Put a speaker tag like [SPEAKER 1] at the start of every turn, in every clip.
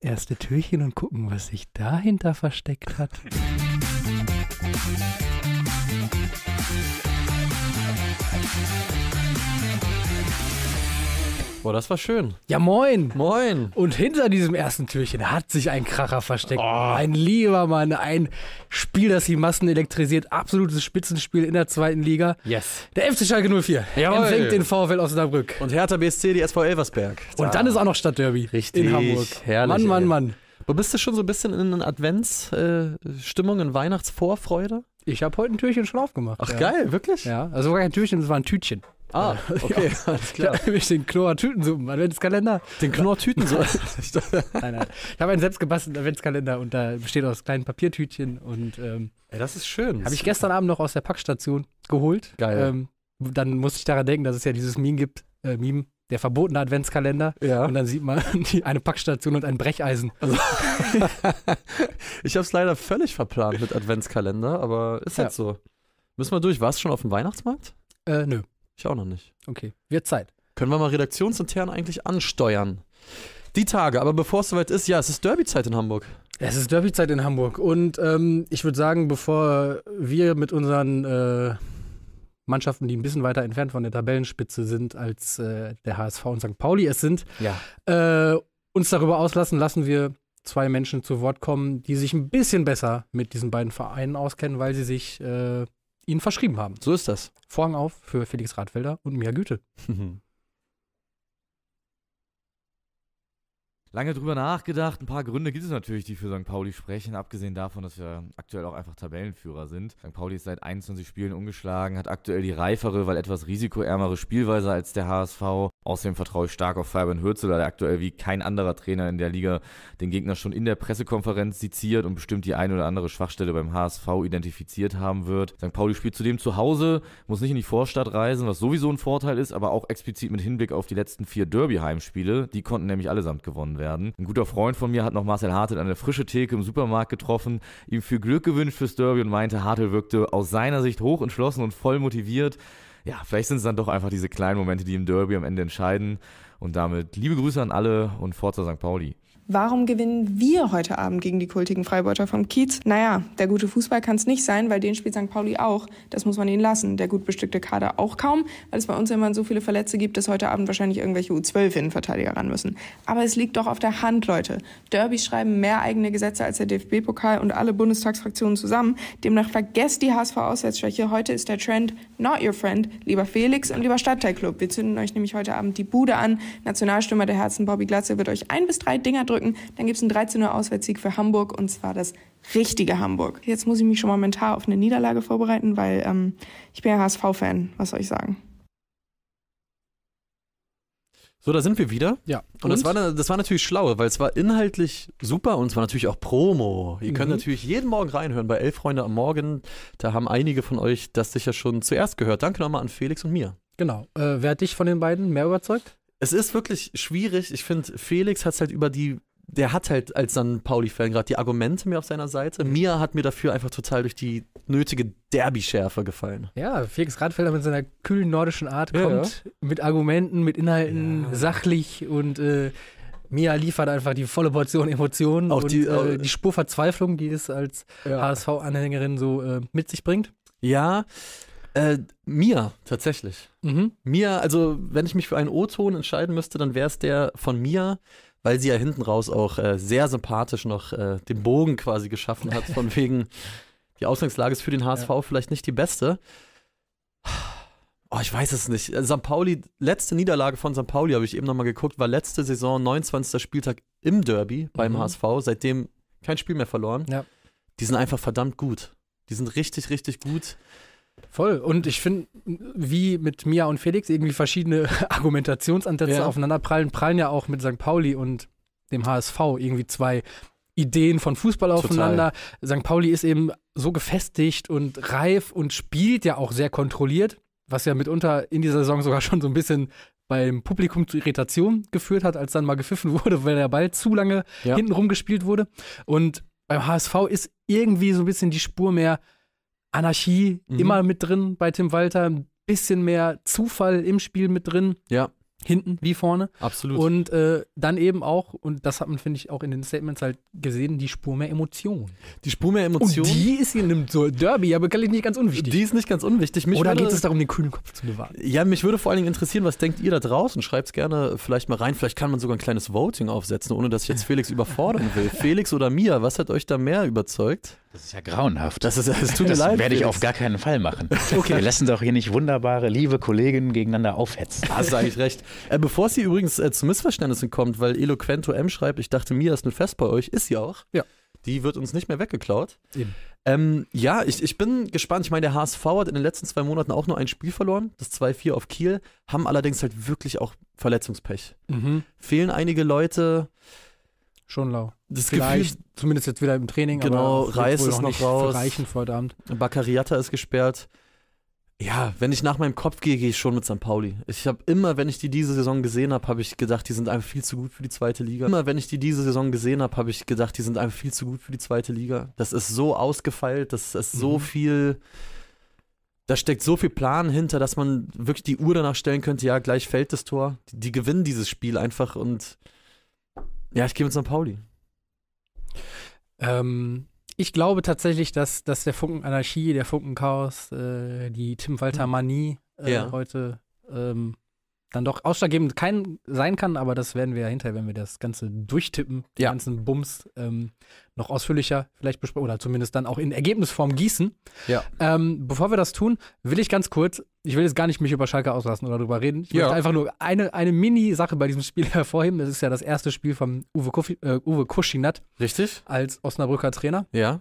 [SPEAKER 1] erste Türchen und gucken, was sich dahinter versteckt hat.
[SPEAKER 2] Boah, das war schön.
[SPEAKER 1] Ja, moin!
[SPEAKER 2] Moin.
[SPEAKER 1] Und hinter diesem ersten Türchen hat sich ein Kracher
[SPEAKER 2] Oh.
[SPEAKER 1] versteckt. Mein lieber Mann, ein Spiel, das die Massen elektrisiert. Absolutes Spitzenspiel in der zweiten Liga.
[SPEAKER 2] Yes.
[SPEAKER 1] Der FC Schalke 04
[SPEAKER 2] Jawohl.
[SPEAKER 1] empfängt den VfL Osnabrück.
[SPEAKER 2] Und Hertha BSC, die SV Elversberg.
[SPEAKER 1] Und dann ist auch noch Stadtderby
[SPEAKER 2] Richtig,
[SPEAKER 1] in Hamburg.
[SPEAKER 2] herrlich,
[SPEAKER 1] Mann, Mann,
[SPEAKER 2] ey.
[SPEAKER 1] Mann.
[SPEAKER 2] Wo bist du schon so ein bisschen in einer Adventsstimmung, in Weihnachtsvorfreude?
[SPEAKER 1] Ich habe heute ein Türchen schon aufgemacht. ja.
[SPEAKER 2] wirklich?
[SPEAKER 1] Ja, also gar kein Türchen, es war ein Tütchen.
[SPEAKER 2] Ah, okay, alles
[SPEAKER 1] Ich
[SPEAKER 2] klar.
[SPEAKER 1] habe nämlich den Chlor-Tütensuppen, Adventskalender.
[SPEAKER 2] Den Knorrtüten so.
[SPEAKER 1] Nein, nein. Ich habe einen selbstgebastelten Adventskalender und da besteht aus kleinen Papiertütchen und ähm,
[SPEAKER 2] Ey, das ist schön.
[SPEAKER 1] habe ich gestern Abend noch aus der Packstation geholt.
[SPEAKER 2] Geil.
[SPEAKER 1] Ähm, dann musste ich daran denken, dass es ja dieses Meme gibt, äh, Meme, der verbotene Adventskalender.
[SPEAKER 2] Ja.
[SPEAKER 1] Und dann sieht man die, eine Packstation und ein Brecheisen.
[SPEAKER 2] Ich habe es leider völlig verplant mit Adventskalender, aber ist
[SPEAKER 1] Ja.
[SPEAKER 2] jetzt so. Müssen wir durch. Warst du schon auf dem Weihnachtsmarkt?
[SPEAKER 1] Äh, nö.
[SPEAKER 2] Ich auch noch nicht.
[SPEAKER 1] Okay. Wird Zeit.
[SPEAKER 2] Können wir mal redaktionsintern eigentlich ansteuern? Die Tage, aber bevor es soweit ist, ja, es ist Derby-Zeit in Hamburg.
[SPEAKER 1] Es ist Derbyzeit in Hamburg und ähm, ich würde sagen, bevor wir mit unseren äh, Mannschaften, die ein bisschen weiter entfernt von der Tabellenspitze sind als äh, der HSV und St. Pauli es sind,
[SPEAKER 2] Ja.
[SPEAKER 1] äh, uns darüber auslassen, lassen wir zwei Menschen zu Wort kommen, die sich ein bisschen besser mit diesen beiden Vereinen auskennen, weil sie sich äh, ihnen verschrieben haben.
[SPEAKER 2] So ist das.
[SPEAKER 1] Vorhang auf für Felix Radfelder und Mia Güte.
[SPEAKER 3] Lange drüber nachgedacht. Ein paar Gründe gibt es natürlich, die für St. Pauli sprechen. Abgesehen davon, dass wir aktuell auch einfach Tabellenführer sind. St. Pauli ist seit 21 Spielen ungeschlagen, hat aktuell die reifere, weil etwas risikoärmere Spielweise als der HSV. Außerdem vertraue ich stark auf Fabian Hürzeler, der aktuell wie kein anderer Trainer in der Liga den Gegner schon in der Pressekonferenz seziert und bestimmt die ein oder andere Schwachstelle beim HSV identifiziert haben wird. St. Pauli spielt zudem zu Hause, muss nicht in die Vorstadt reisen, was sowieso ein Vorteil ist, aber auch explizit mit Hinblick auf die letzten vier Derby-Heimspiele. Die konnten nämlich allesamt gewonnen werden. Ein guter Freund von mir hat noch Marcel Hartl an der frische Theke im Supermarkt getroffen, ihm viel Glück gewünscht fürs Derby und meinte, Hartl wirkte aus seiner Sicht hoch entschlossen und voll motiviert. Ja, vielleicht sind es dann doch einfach diese kleinen Momente, die im Derby am Ende entscheiden. Und damit liebe Grüße an alle und Forza St. Pauli.
[SPEAKER 4] Warum gewinnen wir heute Abend gegen die kultigen Freibeuter vom Kiez? Naja, der gute Fußball kann es nicht sein, weil den spielt St. Pauli auch. Das muss man ihnen lassen. Der gut bestückte Kader auch kaum, weil es bei uns ja immer so viele Verletzte gibt, dass heute Abend wahrscheinlich irgendwelche U12-Innenverteidiger ran müssen. Aber es liegt doch auf der Hand, Leute. Derbys schreiben mehr eigene Gesetze als der DFB-Pokal und alle Bundestagsfraktionen zusammen. Demnach vergesst die HSV-Auswärtsschwäche. Heute ist der Trend not your friend. Lieber Felix und lieber Stadtteilclub. Wir zünden euch nämlich heute Abend die Bude an. Nationalstürmer der Herzen Bobby Glatze wird euch ein bis drei Dinger drücken. Dann gibt's einen 13 Uhr Auswärtssieg für Hamburg und zwar das richtige Hamburg. Jetzt muss ich mich schon mal mental auf eine Niederlage vorbereiten, weil ähm, ich bin ja HSV-Fan. Was soll ich sagen?
[SPEAKER 2] So, da sind wir wieder.
[SPEAKER 1] Ja.
[SPEAKER 2] Und, Das, war, das war natürlich schlau, weil es war inhaltlich super und es war natürlich auch Promo. Ihr könnt
[SPEAKER 1] Mhm.
[SPEAKER 2] natürlich jeden Morgen reinhören bei Elf Freunde am Morgen. Da haben einige von euch das sicher schon zuerst gehört. Danke nochmal an Felix und mir.
[SPEAKER 1] Genau. Äh, wer hat dich von den beiden mehr überzeugt?
[SPEAKER 2] Es ist wirklich schwierig. Ich finde, Felix hat es halt über die, der hat halt als St. Pauli-Fan gerade die Argumente mehr auf seiner Seite. Mia hat mir dafür einfach total durch die nötige Derby-Schärfe gefallen.
[SPEAKER 1] Ja, Felix Radfelder mit seiner kühlen nordischen Art
[SPEAKER 2] Ja,
[SPEAKER 1] kommt mit Argumenten, mit Inhalten,
[SPEAKER 2] Ja.
[SPEAKER 1] sachlich und äh, Mia liefert einfach die volle Portion Emotionen
[SPEAKER 2] Auch
[SPEAKER 1] und
[SPEAKER 2] die-
[SPEAKER 1] äh, die Spur Verzweiflung, die es als HSV-Anhängerin so äh, mit sich bringt.
[SPEAKER 2] Ja, äh, Mia, tatsächlich.
[SPEAKER 1] Mhm.
[SPEAKER 2] Mia, also wenn ich mich für einen O-Ton entscheiden müsste, dann wäre es der von Mia, weil sie ja hinten raus auch äh, sehr sympathisch noch äh, den Bogen quasi geschaffen hat, von wegen die Ausgangslage ist für den HSV vielleicht nicht die beste. Oh, ich weiß es nicht. Also St. Pauli, letzte Niederlage von St. Pauli, habe ich eben nochmal geguckt, war letzte Saison, 29. Spieltag im Derby beim
[SPEAKER 1] Mhm.
[SPEAKER 2] HSV, seitdem kein Spiel mehr verloren.
[SPEAKER 1] Ja.
[SPEAKER 2] Die sind einfach verdammt gut. Die sind richtig, richtig gut.
[SPEAKER 1] Voll. Und ich finde, wie mit Mia und Felix irgendwie verschiedene Argumentationsansätze
[SPEAKER 2] Ja.
[SPEAKER 1] aufeinanderprallen, prallen ja auch mit St. Pauli und dem HSV irgendwie zwei Ideen von Fußball aufeinander. St. Pauli ist eben so gefestigt und reif und spielt ja auch sehr kontrolliert, was ja mitunter in dieser Saison sogar schon so ein bisschen beim Publikum zu Irritation geführt hat, als dann mal gepfiffen wurde, weil der Ball zu lange
[SPEAKER 2] Ja.
[SPEAKER 1] hinten rumgespielt wurde. Und beim HSV ist irgendwie so ein bisschen die Spur mehr Anarchie
[SPEAKER 2] Mhm.
[SPEAKER 1] immer mit drin bei Tim Walter, ein bisschen mehr Zufall im Spiel mit drin.
[SPEAKER 2] Ja.
[SPEAKER 1] Hinten wie vorne.
[SPEAKER 2] Absolut.
[SPEAKER 1] Und äh, dann eben auch, und das hat man, finde ich, auch in den Statements halt gesehen, die Spur mehr Emotion.
[SPEAKER 2] die Spur mehr Emotionen,
[SPEAKER 1] Und die ist in einem so Derby ja wirklich nicht ganz unwichtig.
[SPEAKER 2] die ist nicht ganz unwichtig. Mich
[SPEAKER 1] Oder
[SPEAKER 2] würde-
[SPEAKER 1] geht es darum, den kühlen Kopf zu bewahren?
[SPEAKER 2] Ja, mich würde vor allen Dingen interessieren, was denkt ihr da draußen? Schreibt's gerne vielleicht mal rein. Vielleicht kann man sogar ein kleines Voting aufsetzen, ohne dass ich jetzt Felix überfordern will. Felix oder Mia, was hat euch da mehr überzeugt?
[SPEAKER 5] Das ist ja grauenhaft.
[SPEAKER 2] Das ist, es tut mir
[SPEAKER 5] das
[SPEAKER 2] leid.
[SPEAKER 5] werde ich
[SPEAKER 2] Felix.
[SPEAKER 5] auf gar keinen Fall machen. Wir lassen doch hier nicht wunderbare, liebe Kolleginnen gegeneinander aufhetzen.
[SPEAKER 2] Hast du eigentlich recht. Äh, bevor es hier übrigens äh, zu Missverständnissen kommt, weil Eloquento M schreibt, ich dachte, Mia ist nur fest bei euch, ist sie auch.
[SPEAKER 1] Ja.
[SPEAKER 2] Die wird uns nicht mehr weggeklaut.
[SPEAKER 1] Eben.
[SPEAKER 2] Ähm, ja, ich, ich bin gespannt. Ich meine, der HSV hat in den letzten zwei Monaten auch nur ein Spiel verloren, das 2-4 auf Kiel, haben allerdings halt wirklich auch Verletzungspech.
[SPEAKER 1] Mhm.
[SPEAKER 2] Fehlen einige Leute.
[SPEAKER 1] Schon lau.
[SPEAKER 2] Das
[SPEAKER 1] Vielleicht, zumindest jetzt wieder im Training,
[SPEAKER 2] Genau,
[SPEAKER 1] aber
[SPEAKER 2] Reis
[SPEAKER 1] wohl
[SPEAKER 2] ist noch
[SPEAKER 1] nicht
[SPEAKER 2] raus.
[SPEAKER 1] reichen für heute Abend.
[SPEAKER 2] Gefühl, Bakariata ist gesperrt. Ja, wenn ich nach meinem Kopf gehe, gehe ich schon mit St. Pauli. Ich habe immer, wenn ich die diese Saison gesehen habe, habe ich gedacht, die sind einfach viel zu gut für die zweite Liga. Immer, wenn ich die diese Saison gesehen habe, habe ich gedacht, die sind einfach viel zu gut für die zweite Liga. Das ist so ausgefeilt, das ist so
[SPEAKER 1] Mhm.
[SPEAKER 2] viel. Da steckt so viel Plan hinter, dass man wirklich die Uhr danach stellen könnte, ja, gleich fällt das Tor. Die, die gewinnen dieses Spiel einfach und ja, ich gehe mit St. Pauli.
[SPEAKER 1] Ähm, ich glaube tatsächlich, dass, dass der Funken Anarchie, der Funken Chaos, äh, die Tim Walter Manie äh,
[SPEAKER 2] Mhm. Ja.
[SPEAKER 1] heute ähm, dann doch ausschlaggebend kein, sein kann, aber das werden wir ja hinterher, wenn wir das Ganze durchtippen, die
[SPEAKER 2] Ja.
[SPEAKER 1] ganzen Bums ähm, noch ausführlicher vielleicht besprechen oder zumindest dann auch in Ergebnisform gießen.
[SPEAKER 2] Ja.
[SPEAKER 1] Ähm, bevor wir das tun, will ich ganz kurz, ich will jetzt gar nicht mich über Schalke auslassen oder darüber reden. Ich
[SPEAKER 2] Ja.
[SPEAKER 1] möchte einfach nur eine, eine Mini-Sache bei diesem Spiel hervorheben. Das ist ja das erste Spiel von Uwe, Kuffi, äh, Uwe Kuschinat
[SPEAKER 2] Richtig?
[SPEAKER 1] als Osnabrücker Trainer.
[SPEAKER 2] Ja.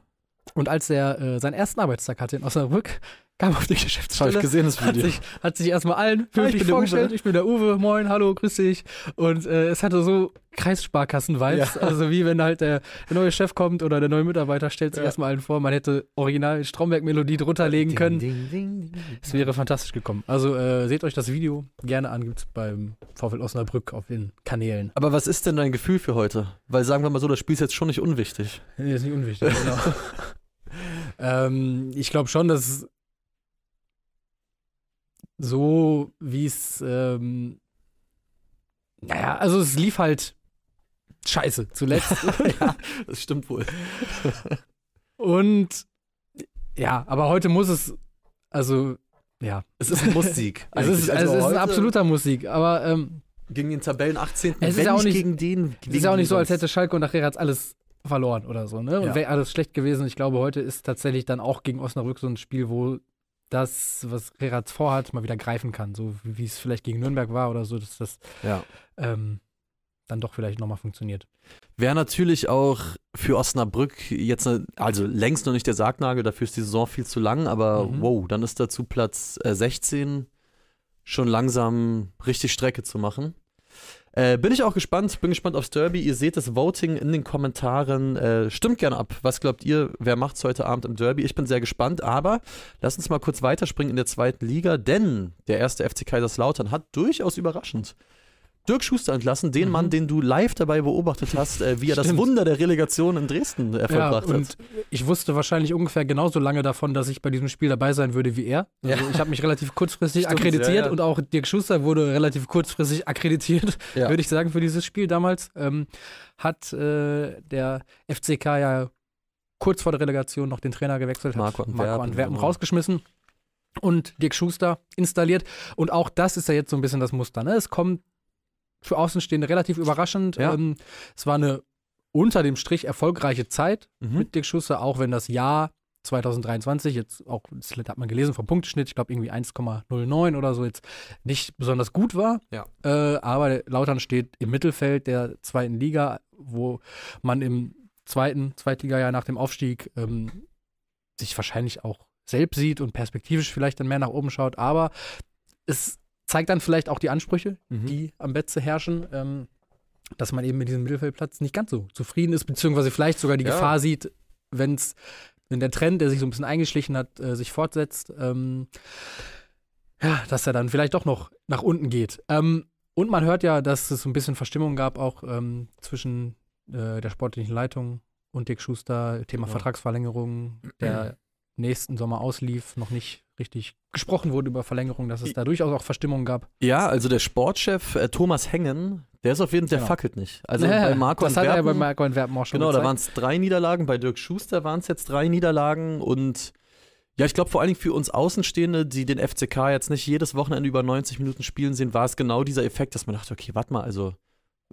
[SPEAKER 1] Und als er äh, seinen ersten Arbeitstag hatte in Osnabrück, kam er auf die
[SPEAKER 2] Habe ich
[SPEAKER 1] Geschäftsstelle,
[SPEAKER 2] gesehen, das
[SPEAKER 1] hat
[SPEAKER 2] Video.
[SPEAKER 1] sich, hat sich erstmal allen
[SPEAKER 2] Hi, ich
[SPEAKER 1] höflich
[SPEAKER 2] bin der
[SPEAKER 1] vorgestellt.
[SPEAKER 2] Uwe.
[SPEAKER 1] Ich bin der Uwe, moin, hallo, grüß dich. Und äh, es hatte so Kreissparkassen-Vibes.
[SPEAKER 2] Ja.
[SPEAKER 1] Also wie wenn halt der, der neue Chef kommt oder der neue Mitarbeiter stellt sich
[SPEAKER 2] Ja.
[SPEAKER 1] erstmal allen vor. Man hätte original Stromberg-Melodie drunter legen können. Es wäre fantastisch gekommen. Also äh, seht euch das Video gerne an, gibt's beim VfL Osnabrück auf den Kanälen.
[SPEAKER 2] Aber was ist denn dein Gefühl für heute? Weil sagen wir mal so, das Spiel ist jetzt schon nicht unwichtig.
[SPEAKER 1] Nee, ist nicht unwichtig, genau. ähm, ich glaube schon, dass es so wie es, ähm, naja, also es lief halt scheiße zuletzt.
[SPEAKER 2] ja, das stimmt wohl.
[SPEAKER 1] Und ja, aber heute muss es, also ja, also
[SPEAKER 2] Es ist ein Mustsieg.
[SPEAKER 1] es ist,
[SPEAKER 2] eigentlich. Also
[SPEAKER 1] es ist ein
[SPEAKER 2] heute
[SPEAKER 1] absoler Musik, aber ähm,
[SPEAKER 2] Gegen den Tabellen 18.
[SPEAKER 1] Es ist ja auch nicht-
[SPEAKER 2] gegen den.
[SPEAKER 1] Es ist ja auch nicht so, als hätte Schalke und nachher hat's alles verloren oder so, ne? Und
[SPEAKER 2] Ja.
[SPEAKER 1] wäre alles schlecht gewesen. Ich glaube, heute ist tatsächlich dann auch gegen Osnabrück so ein Spiel, wo das, was Reratz vorhat, mal wieder greifen kann. So wie es vielleicht gegen Nürnberg war oder so, dass das
[SPEAKER 2] Ja.
[SPEAKER 1] ähm, dann doch vielleicht nochmal funktioniert.
[SPEAKER 2] Wäre natürlich auch für Osnabrück jetzt, ne- also längst noch nicht der Sargnagel, dafür ist die Saison viel zu lang, aber
[SPEAKER 1] Mhm.
[SPEAKER 2] wow, dann ist dazu Platz äh, 16 schon langsam richtig Strecke zu machen. Äh, bin ich auch gespannt, bin gespannt aufs Derby. Ihr seht das Voting in den Kommentaren. Äh, stimmt gerne ab. Was glaubt ihr, wer macht's heute Abend im Derby? Ich bin sehr gespannt, aber lasst uns mal kurz weiterspringen in der zweiten Liga, denn der erste FC Kaiserslautern hat durchaus überraschend Dirk Schuster entlassen, den
[SPEAKER 1] Mhm.
[SPEAKER 2] Mann, den du live dabei beobachtet hast, äh, wie er das
[SPEAKER 1] Stimmt.
[SPEAKER 2] Wunder der Relegation in Dresden äh, vollbracht hat.
[SPEAKER 1] und ich wusste wahrscheinlich ungefähr genauso lange davon, dass ich bei diesem Spiel dabei sein würde wie er. Also
[SPEAKER 2] Ja.
[SPEAKER 1] ich habe mich relativ kurzfristig
[SPEAKER 2] Stimmt,
[SPEAKER 1] akkreditiert
[SPEAKER 2] ja, ja.
[SPEAKER 1] und auch Dirk Schuster wurde relativ kurzfristig akkreditiert.
[SPEAKER 2] Ja.
[SPEAKER 1] würde ich sagen, für dieses Spiel damals. Ähm, hat äh, der FCK ja kurz vor der Relegation noch den Trainer gewechselt,
[SPEAKER 2] Marco
[SPEAKER 1] hat
[SPEAKER 2] Antwerpen,
[SPEAKER 1] Marco Antwerpen
[SPEAKER 2] genau.
[SPEAKER 1] rausgeschmissen und Dirk Schuster installiert. Und auch das ist ja jetzt so ein bisschen das Muster. Ne? Es kommt für Außenstehende relativ überraschend.
[SPEAKER 2] Ja.
[SPEAKER 1] Ähm, es war eine unter dem Strich erfolgreiche Zeit
[SPEAKER 2] Mhm.
[SPEAKER 1] mit Dirk Schuster, auch wenn das Jahr 2023 jetzt auch, das hat man gelesen vom Punkteschnitt, ich glaube irgendwie 1,09 oder so jetzt nicht besonders gut war.
[SPEAKER 2] Ja.
[SPEAKER 1] Äh, aber Lautern steht im Mittelfeld der zweiten Liga, wo man im zweiten, Zweitligajahr nach dem Aufstieg ähm, sich wahrscheinlich auch selbst sieht und perspektivisch vielleicht dann mehr nach oben schaut. Aber es zeigt dann vielleicht auch die Ansprüche,
[SPEAKER 2] Mhm.
[SPEAKER 1] die am Betze herrschen, ähm, dass man eben mit diesem Mittelfeldplatz nicht ganz so zufrieden ist, beziehungsweise vielleicht sogar die
[SPEAKER 2] Ja.
[SPEAKER 1] Gefahr sieht, wenn's, wenn der Trend, der sich so ein bisschen eingeschlichen hat, äh, sich fortsetzt, ähm, ja, dass er dann vielleicht doch noch nach unten geht. Ähm, und man hört ja, dass es so ein bisschen Verstimmung gab, auch ähm, zwischen äh, der sportlichen Leitung und Dick Schuster, Thema
[SPEAKER 2] Genau.
[SPEAKER 1] Vertragsverlängerung, der nächsten Sommer auslief, noch nicht richtig gesprochen wurde über Verlängerung, dass es da durchaus auch Verstimmung gab.
[SPEAKER 2] Ja, also der Sportchef äh, Thomas Hengen, der ist auf jeden Fall, der
[SPEAKER 1] Genau.
[SPEAKER 2] fackelt nicht. Also
[SPEAKER 1] Ja,
[SPEAKER 2] bei Marco
[SPEAKER 1] das hat er ja bei
[SPEAKER 2] Antwerpen-
[SPEAKER 1] Marco Antwerpen auch schon
[SPEAKER 2] Genau, da
[SPEAKER 1] gezeigt.
[SPEAKER 2] waren es drei Niederlagen, bei Dirk Schuster waren es jetzt drei Niederlagen und ja, ich glaube vor allen Dingen für uns Außenstehende, die den FCK jetzt nicht jedes Wochenende über 90 Minuten spielen sehen, war es genau dieser Effekt, dass man dachte, okay, warte mal, also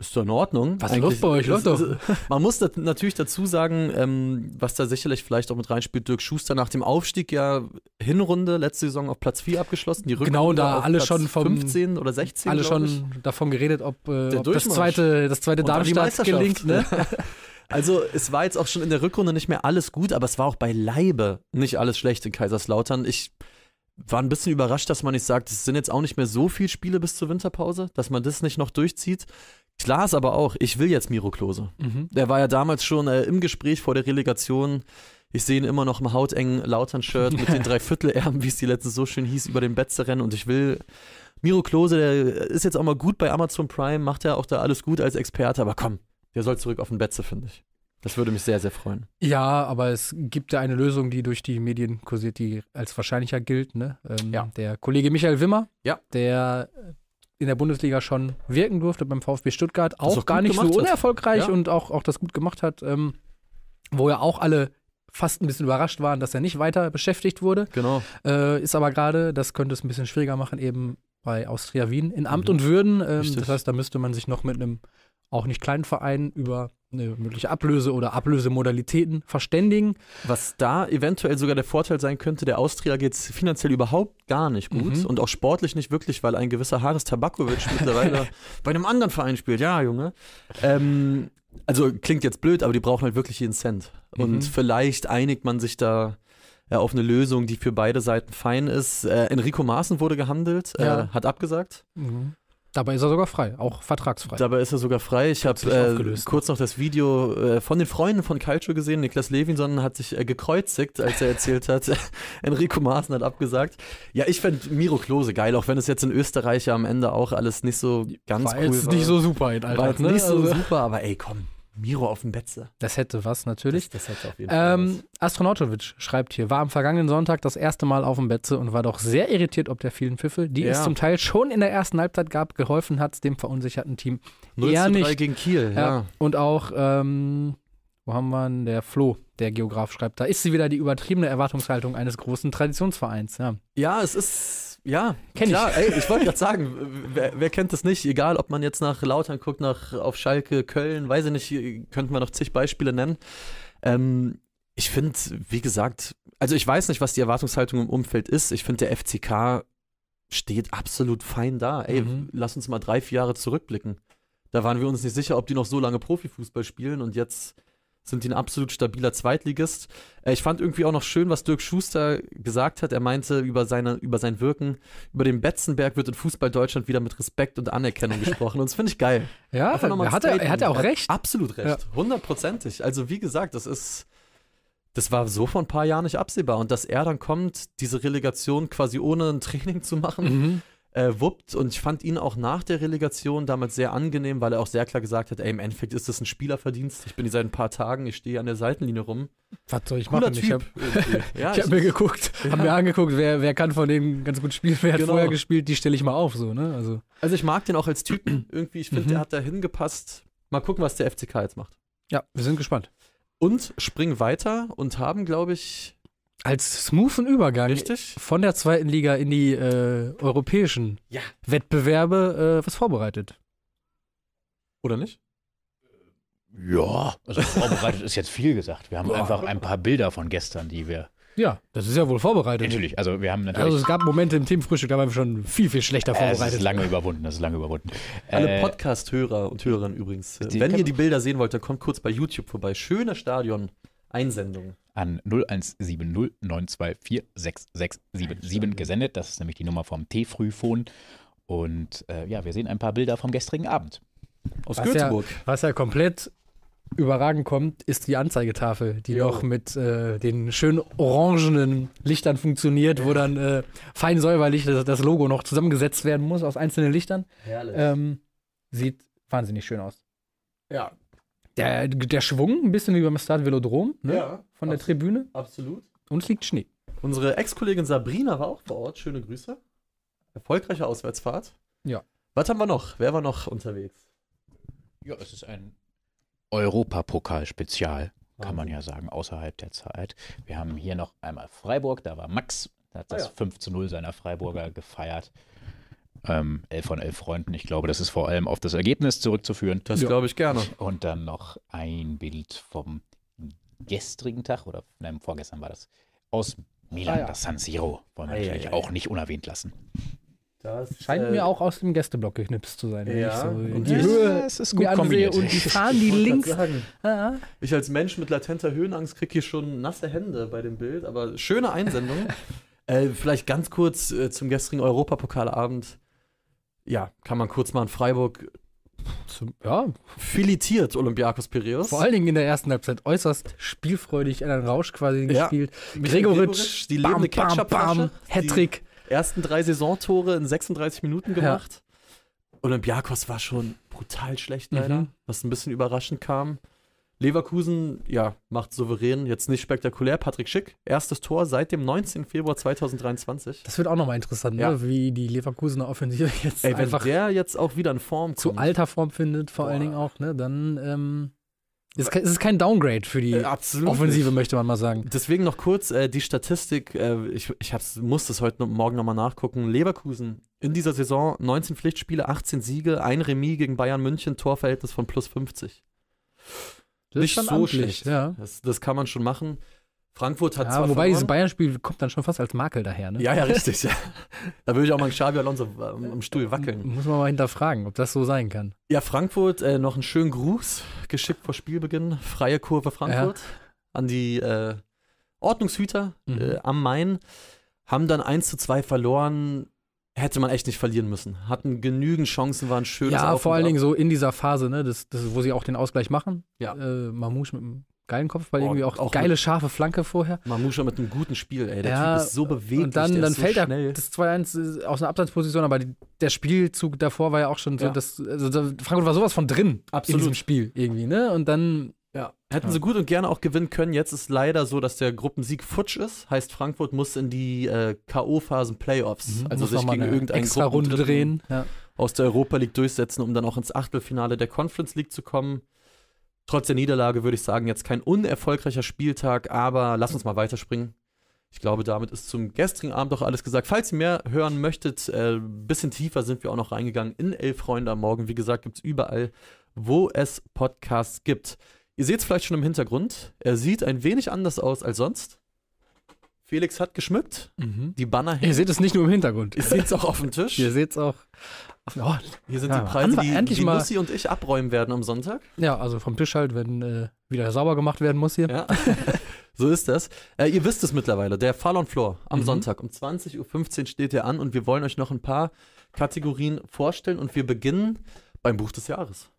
[SPEAKER 2] ist doch in Ordnung.
[SPEAKER 1] Was ist los bei euch? Läuft
[SPEAKER 2] ist- ist- Man muss das natürlich dazu sagen, ähm, was da sicherlich vielleicht auch mit reinspielt, Dirk Schuster nach dem Aufstieg ja Hinrunde, letzte Saison auf Platz 4 abgeschlossen, die Rückrunde
[SPEAKER 1] Genau, da
[SPEAKER 2] auf
[SPEAKER 1] alle
[SPEAKER 2] Platz
[SPEAKER 1] schon vom-
[SPEAKER 2] 15 oder 16,
[SPEAKER 1] alle
[SPEAKER 2] glaub ich.
[SPEAKER 1] schon davon geredet, ob, äh,
[SPEAKER 2] Der
[SPEAKER 1] ob das
[SPEAKER 2] Durchmarsch.
[SPEAKER 1] zweite, das zweite
[SPEAKER 2] Und dann die
[SPEAKER 1] Darmstadt
[SPEAKER 2] Meisterschaft.
[SPEAKER 1] gelingt. Ne?
[SPEAKER 2] Also es war jetzt auch schon in der Rückrunde nicht mehr alles gut, aber es war auch beileibe nicht alles schlecht in Kaiserslautern. Ich war ein bisschen überrascht, dass man nicht sagt, es sind jetzt auch nicht mehr so viele Spiele bis zur Winterpause, dass man das nicht noch durchzieht. Klar ist aber auch, ich will jetzt Miro Klose.
[SPEAKER 1] Mhm.
[SPEAKER 2] Der war ja damals schon äh, im Gespräch vor der Relegation. Ich sehe ihn immer noch im hautengen Lautern-Shirt mit den Dreiviertelärmen, wie es die letztens so schön hieß, über den Bett zu rennen. Und ich will Miro Klose, der ist jetzt auch mal gut bei Amazon Prime, macht ja auch da alles gut als Experte, aber komm, der soll zurück auf den Betze, finde ich. Das würde mich sehr, sehr freuen.
[SPEAKER 1] Ja, aber es gibt ja eine Lösung, die durch die Medien kursiert, die als wahrscheinlicher gilt. Ne? Ähm,
[SPEAKER 2] Ja.
[SPEAKER 1] Der Kollege Michael Wimmer,
[SPEAKER 2] Ja.
[SPEAKER 1] der in der Bundesliga schon wirken durfte beim VfB Stuttgart, auch,
[SPEAKER 2] auch
[SPEAKER 1] gar
[SPEAKER 2] gut
[SPEAKER 1] nicht so
[SPEAKER 2] gemacht hat.
[SPEAKER 1] unerfolgreich
[SPEAKER 2] Ja.
[SPEAKER 1] und auch, auch das gut gemacht hat, ähm, wo ja auch alle fast ein bisschen überrascht waren, dass er nicht weiter beschäftigt wurde.
[SPEAKER 2] Genau.
[SPEAKER 1] Äh, ist aber gerade, das könnte es ein bisschen schwieriger machen, eben bei Austria Wien in Amt
[SPEAKER 2] Mhm.
[SPEAKER 1] und Würden. Ähm,
[SPEAKER 2] Richtig.
[SPEAKER 1] das heißt, da müsste man sich noch mit einem auch nicht kleinen Verein über eine mögliche Ablöse oder Ablösemodalitäten verständigen.
[SPEAKER 2] Was da eventuell sogar der Vorteil sein könnte, der Austria geht es finanziell überhaupt gar nicht gut
[SPEAKER 1] Mhm.
[SPEAKER 2] und auch sportlich nicht wirklich, weil ein gewisser Haris Tabakovic mittlerweile bei einem anderen Verein spielt. Ja, Junge. Ähm, also klingt jetzt blöd, aber die brauchen halt wirklich jeden Cent. Und
[SPEAKER 1] Mhm.
[SPEAKER 2] vielleicht einigt man sich da ja, auf eine Lösung, die für beide Seiten fein ist. Äh, Enrico Maaßen wurde gehandelt, äh,
[SPEAKER 1] Ja.
[SPEAKER 2] hat abgesagt. Mhm.
[SPEAKER 1] Dabei ist er sogar frei, auch vertragsfrei.
[SPEAKER 2] Dabei ist er sogar frei. Ich habe
[SPEAKER 1] Plötzlich
[SPEAKER 2] äh,
[SPEAKER 1] aufgelöst.
[SPEAKER 2] kurz noch das Video äh, von den Freunden von Calcio gesehen. Niklas Levinson hat sich äh, gekreuzigt, als er erzählt hat, Enrico Maaßen hat abgesagt. Ja, ich fände Miro Klose geil, auch wenn es jetzt in Österreich ja am Ende auch alles nicht so ganz
[SPEAKER 1] war
[SPEAKER 2] cool
[SPEAKER 1] jetzt
[SPEAKER 2] war.
[SPEAKER 1] nicht so super in
[SPEAKER 2] war
[SPEAKER 1] Alltag,
[SPEAKER 2] jetzt
[SPEAKER 1] ne?
[SPEAKER 2] nicht so
[SPEAKER 1] Also-
[SPEAKER 2] super, aber ey, komm, Miro auf dem Betze.
[SPEAKER 1] Das hätte was, natürlich.
[SPEAKER 2] Das, das hat auf jeden Fall
[SPEAKER 1] Ähm, Astronautovic schreibt hier, war am vergangenen Sonntag das erste Mal auf dem Betze und war doch sehr irritiert ob der vielen Pfiffe, die es
[SPEAKER 2] Ja.
[SPEAKER 1] zum Teil schon in der ersten Halbzeit gab, geholfen hat dem verunsicherten Team
[SPEAKER 2] was. 0
[SPEAKER 1] eher
[SPEAKER 2] zu 3
[SPEAKER 1] nicht.
[SPEAKER 2] gegen Kiel, ja.
[SPEAKER 1] Ja. Und auch, ähm, wo haben wir denn? Der Flo, der Geograf, schreibt, da ist sie wieder die übertriebene Erwartungshaltung eines großen Traditionsvereins. Ja.
[SPEAKER 2] Ja, es ist. Ja,
[SPEAKER 1] Kenn ich.
[SPEAKER 2] klar, ich. Ey, ich wollte gerade sagen, wer, wer kennt das nicht? Egal, ob man jetzt nach Lautern guckt, nach auf Schalke, Köln, weiß ich nicht, könnten wir noch zig Beispiele nennen. Ähm, ich finde, wie gesagt, also ich weiß nicht, was die Erwartungshaltung im Umfeld ist. Ich finde, der FCK steht absolut fein da. Ey,
[SPEAKER 1] Mhm.
[SPEAKER 2] lass uns mal drei, vier Jahre zurückblicken. Da waren wir uns nicht sicher, ob die noch so lange Profifußball spielen und jetzt sind die ein absolut stabiler Zweitligist. Äh, Ich fand irgendwie auch noch schön, was Dirk Schuster gesagt hat. Er meinte über, seine, über sein Wirken, über den Betzenberg wird in Fußball Deutschland wieder mit Respekt und Anerkennung gesprochen. Und das finde ich geil.
[SPEAKER 1] Ja,
[SPEAKER 2] Einfach nochmal ein
[SPEAKER 1] Ah, er hat, er, er hat ja
[SPEAKER 2] Statement.
[SPEAKER 1] auch recht.
[SPEAKER 2] Absolut recht. Hundertprozentig. Also wie gesagt, das ist, das war so vor ein paar Jahren nicht absehbar. Und dass er dann kommt, diese Relegation quasi ohne ein Training zu machen,
[SPEAKER 1] Mhm.
[SPEAKER 2] äh, wuppt. Und ich fand ihn auch nach der Relegation damals sehr angenehm, weil er auch sehr klar gesagt hat, ey, im Endeffekt ist das ein Spielerverdienst. Ich bin hier seit ein paar Tagen, ich stehe an der Seitenlinie rum.
[SPEAKER 1] Was soll ich
[SPEAKER 2] Cooler
[SPEAKER 1] machen? Ich habe
[SPEAKER 2] irgendwie. ja,
[SPEAKER 1] hab mir geguckt, hab mir angeguckt, wer, wer kann von denen ganz gut spielen, wer hat
[SPEAKER 2] Genau.
[SPEAKER 1] vorher gespielt, die stelle ich mal auf. So, ne? also,
[SPEAKER 2] Also ich mag den auch als Typen. Irgendwie, ich finde,
[SPEAKER 1] Mhm.
[SPEAKER 2] der hat da hingepasst. Mal gucken, was der FCK jetzt macht.
[SPEAKER 1] ja, wir sind gespannt.
[SPEAKER 2] Und springen weiter und haben, glaube ich,
[SPEAKER 1] Als smoothen Übergang
[SPEAKER 2] richtig?
[SPEAKER 1] von der zweiten Liga in die äh, europäischen
[SPEAKER 2] Ja.
[SPEAKER 1] Wettbewerbe äh, was vorbereitet.
[SPEAKER 2] Oder nicht?
[SPEAKER 3] Ja.
[SPEAKER 5] Also vorbereitet ist jetzt viel gesagt. Wir haben
[SPEAKER 1] Ja.
[SPEAKER 5] einfach ein paar Bilder von gestern, die wir.
[SPEAKER 1] Ja, das ist ja wohl vorbereitet.
[SPEAKER 5] Natürlich, also wir haben natürlich.
[SPEAKER 1] Also es gab Momente im Teamfrühstück, da waren wir schon viel, viel schlechter
[SPEAKER 5] äh, das ist
[SPEAKER 1] vorbereitet.
[SPEAKER 5] lange überwunden, das ist lange überwunden.
[SPEAKER 2] Alle
[SPEAKER 5] Äh,
[SPEAKER 2] Podcast-Hörer und Hörerinnen übrigens. äh,
[SPEAKER 5] die-
[SPEAKER 2] Wenn ihr die Bilder sehen wollt, dann kommt kurz bei YouTube vorbei. Schöne Stadion-Einsendung.
[SPEAKER 5] an 01709246677 gesendet. Das ist nämlich die Nummer vom T-Frühfon. Und äh, ja, wir sehen ein paar Bilder vom gestrigen Abend.
[SPEAKER 2] Aus
[SPEAKER 1] Was ja-
[SPEAKER 2] Göteborg.
[SPEAKER 1] Was ja komplett überragend kommt, ist die Anzeigetafel, die
[SPEAKER 2] Jo.
[SPEAKER 1] noch mit äh, den schön orangenen Lichtern funktioniert, wo dann äh, fein säuberlich das, das Logo noch zusammengesetzt werden muss aus einzelnen Lichtern.
[SPEAKER 2] Herrlich.
[SPEAKER 1] Ähm, sieht wahnsinnig schön aus. Ja. Der, der Schwung, ein bisschen wie beim Stade Velodrom ne?
[SPEAKER 2] Ja,
[SPEAKER 1] von der
[SPEAKER 2] absolut.
[SPEAKER 1] Tribüne.
[SPEAKER 2] Absolut.
[SPEAKER 1] Und es liegt Schnee.
[SPEAKER 2] Unsere Ex-Kollegin Sabrina war auch vor Ort. Schöne Grüße. Erfolgreiche Auswärtsfahrt.
[SPEAKER 1] Ja.
[SPEAKER 2] Was haben wir noch? Wer war noch unterwegs?
[SPEAKER 5] Ja, es ist ein Europapokal-Spezial, kann man ja sagen, außerhalb der Zeit. Wir haben hier noch einmal Freiburg, da war Max, da hat
[SPEAKER 2] Ah,
[SPEAKER 5] das
[SPEAKER 2] ja.
[SPEAKER 5] 5 zu 0 seiner Freiburger gefeiert. Ähm, elf von elf Freunden. Ich glaube, das ist vor allem auf das Ergebnis zurückzuführen.
[SPEAKER 2] Das
[SPEAKER 1] Ja.
[SPEAKER 2] glaube ich gerne.
[SPEAKER 5] Und dann noch ein Bild vom gestrigen Tag oder nein, vorgestern war das. Aus Milan,
[SPEAKER 1] Ah, ja.
[SPEAKER 5] das San Siro. Wollen wir
[SPEAKER 2] Ah, ja,
[SPEAKER 5] natürlich
[SPEAKER 2] ja,
[SPEAKER 5] auch nicht unerwähnt lassen.
[SPEAKER 2] Das äh,
[SPEAKER 1] Scheint mir auch aus dem Gästeblock geknipst zu sein. wenn
[SPEAKER 2] Ja.
[SPEAKER 1] ich so
[SPEAKER 2] Und
[SPEAKER 1] die
[SPEAKER 2] die-
[SPEAKER 1] Höhe
[SPEAKER 5] es ist
[SPEAKER 1] mir ansehe und die Fahnen, die links.
[SPEAKER 2] Sagen,
[SPEAKER 1] Ah,
[SPEAKER 2] ich als Mensch mit latenter Höhenangst kriege hier schon nasse Hände bei dem Bild, aber schöne Einsendung. äh, vielleicht ganz kurz äh, zum gestrigen Europapokalabend. Ja, kann man kurz mal in Freiburg
[SPEAKER 1] zum, ja,
[SPEAKER 2] filetiert Olympiakos Piraeus.
[SPEAKER 1] vor allen Dingen in der ersten Halbzeit äußerst spielfreudig in einen Rausch quasi
[SPEAKER 2] Ja.
[SPEAKER 1] gespielt.
[SPEAKER 2] Michael
[SPEAKER 1] Gregoritsch,
[SPEAKER 2] Gregoritsch, die lebende
[SPEAKER 1] bam, bam, bam,
[SPEAKER 2] Ketchupflasche,
[SPEAKER 1] Hattrick.
[SPEAKER 2] ersten drei Saisontore in 36 Minuten
[SPEAKER 1] Ja.
[SPEAKER 2] gemacht. Olympiakos war schon brutal schlecht leider,
[SPEAKER 1] Mhm.
[SPEAKER 2] was ein bisschen überraschend kam. Leverkusen, ja, macht souverän, jetzt nicht spektakulär. Patrick Schick, erstes Tor seit dem 19. Februar 2023.
[SPEAKER 1] Das wird auch nochmal interessant,
[SPEAKER 2] Ja.
[SPEAKER 1] ne? wie die Leverkusener Offensive jetzt
[SPEAKER 2] Ey, wenn
[SPEAKER 1] einfach
[SPEAKER 2] der jetzt auch wieder in Form kommt.
[SPEAKER 1] zu alter Form findet, vor allen
[SPEAKER 2] Boah.
[SPEAKER 1] Dingen auch, ne? dann ähm, ist ke- es ist kein Downgrade für die
[SPEAKER 2] Äh, absolut.
[SPEAKER 1] Offensive,
[SPEAKER 2] nicht.
[SPEAKER 1] möchte man mal sagen.
[SPEAKER 2] Deswegen noch kurz äh, die Statistik. Äh, ich ich hab's, muss das heute noch- Morgen nochmal nachgucken. Leverkusen in dieser Saison 19 Pflichtspiele, 18 Siege, ein Remis gegen Bayern München, Torverhältnis von plus 50.
[SPEAKER 1] Das
[SPEAKER 2] Nicht so schlecht.
[SPEAKER 1] Ja.
[SPEAKER 2] Das, das kann man schon machen. Frankfurt hat zwar
[SPEAKER 1] Ja, wobei dieses
[SPEAKER 2] verloren.
[SPEAKER 1] Bayern-Spiel kommt dann schon fast als Makel daher. Ne?
[SPEAKER 2] Ja, ja, richtig. Ja. Da würde ich auch mal einen Xabi Alonso äh, am, am Stuhl wackeln.
[SPEAKER 1] Muss man mal hinterfragen, ob das so sein kann.
[SPEAKER 2] Ja, Frankfurt, äh, noch einen schönen Gruß, geschickt vor Spielbeginn. Freie Kurve Frankfurt an die äh, Ordnungshüter
[SPEAKER 1] Mhm.
[SPEAKER 2] äh, am Main. Haben dann 1 zu 2 verloren. Hätte man echt nicht verlieren müssen. Hatten genügend Chancen, waren schön.
[SPEAKER 1] ja, vor allen Dingen so in dieser Phase, ne, das, das, wo sie auch den Ausgleich machen.
[SPEAKER 2] Ja.
[SPEAKER 1] Äh, Mamouche mit einem geilen Kopfball,
[SPEAKER 2] Boah,
[SPEAKER 1] irgendwie auch,
[SPEAKER 2] auch
[SPEAKER 1] geile, scharfe Flanke vorher.
[SPEAKER 2] Mamouche mit einem guten Spiel, ey. Der
[SPEAKER 1] Ja,
[SPEAKER 2] Typ ist so beweglich.
[SPEAKER 1] Und dann,
[SPEAKER 2] der
[SPEAKER 1] dann
[SPEAKER 2] ist so
[SPEAKER 1] fällt er
[SPEAKER 2] schnell.
[SPEAKER 1] das 2-1 aus einer Abseitsposition, aber die, der Spielzug davor war ja auch schon so,
[SPEAKER 2] Ja.
[SPEAKER 1] dass also da- Frankfurt war sowas von drin in
[SPEAKER 2] Absolut.
[SPEAKER 1] diesem Spiel irgendwie, ne? Und dann
[SPEAKER 2] Ja, hätten sie gut und gerne auch gewinnen können. Jetzt ist leider so, dass der Gruppensieg futsch ist. Heißt, Frankfurt muss in die äh, K.O.-Phasen Playoffs, also
[SPEAKER 1] Mhm. muss
[SPEAKER 2] sich
[SPEAKER 1] noch mal
[SPEAKER 2] gegen
[SPEAKER 1] eine
[SPEAKER 2] irgendeinen
[SPEAKER 1] extra Runde
[SPEAKER 2] Gruppendritten
[SPEAKER 1] drehen. Ja.
[SPEAKER 2] aus der Europa League durchsetzen, um dann auch ins Achtelfinale der Conference League zu kommen. Trotz der Niederlage würde ich sagen, jetzt kein unerfolgreicher Spieltag, aber lass uns mal weiterspringen. Ich glaube, damit ist zum gestrigen Abend auch alles gesagt. Falls ihr mehr hören möchtet, äh, ein bisschen tiefer sind wir auch noch reingegangen in Elf Freunde am Morgen. Wie gesagt, gibt es überall, wo es Podcasts gibt. Ihr seht es vielleicht schon im Hintergrund. Er sieht ein wenig anders aus als sonst. Felix hat geschmückt.
[SPEAKER 1] Mhm.
[SPEAKER 2] Die Banner hängen.
[SPEAKER 1] Ihr seht es nicht nur im Hintergrund.
[SPEAKER 2] Ihr seht es auch auf dem Tisch.
[SPEAKER 1] Ihr seht es auch. Oh,
[SPEAKER 2] Hier sind
[SPEAKER 1] Ja,
[SPEAKER 2] die Preise,
[SPEAKER 1] Anfang-
[SPEAKER 2] die,
[SPEAKER 1] endlich
[SPEAKER 2] die
[SPEAKER 1] mal-
[SPEAKER 2] Lucy und ich abräumen werden am Sonntag.
[SPEAKER 1] ja, also vom Tisch halt, wenn äh, wieder sauber gemacht werden muss hier.
[SPEAKER 2] Ja. so ist das. Äh, ihr wisst es mittlerweile, der Fall on Floor am
[SPEAKER 1] Mhm.
[SPEAKER 2] Sonntag um 20.15 Uhr steht er an und wir wollen euch noch ein paar Kategorien vorstellen und wir beginnen beim Buch des Jahres.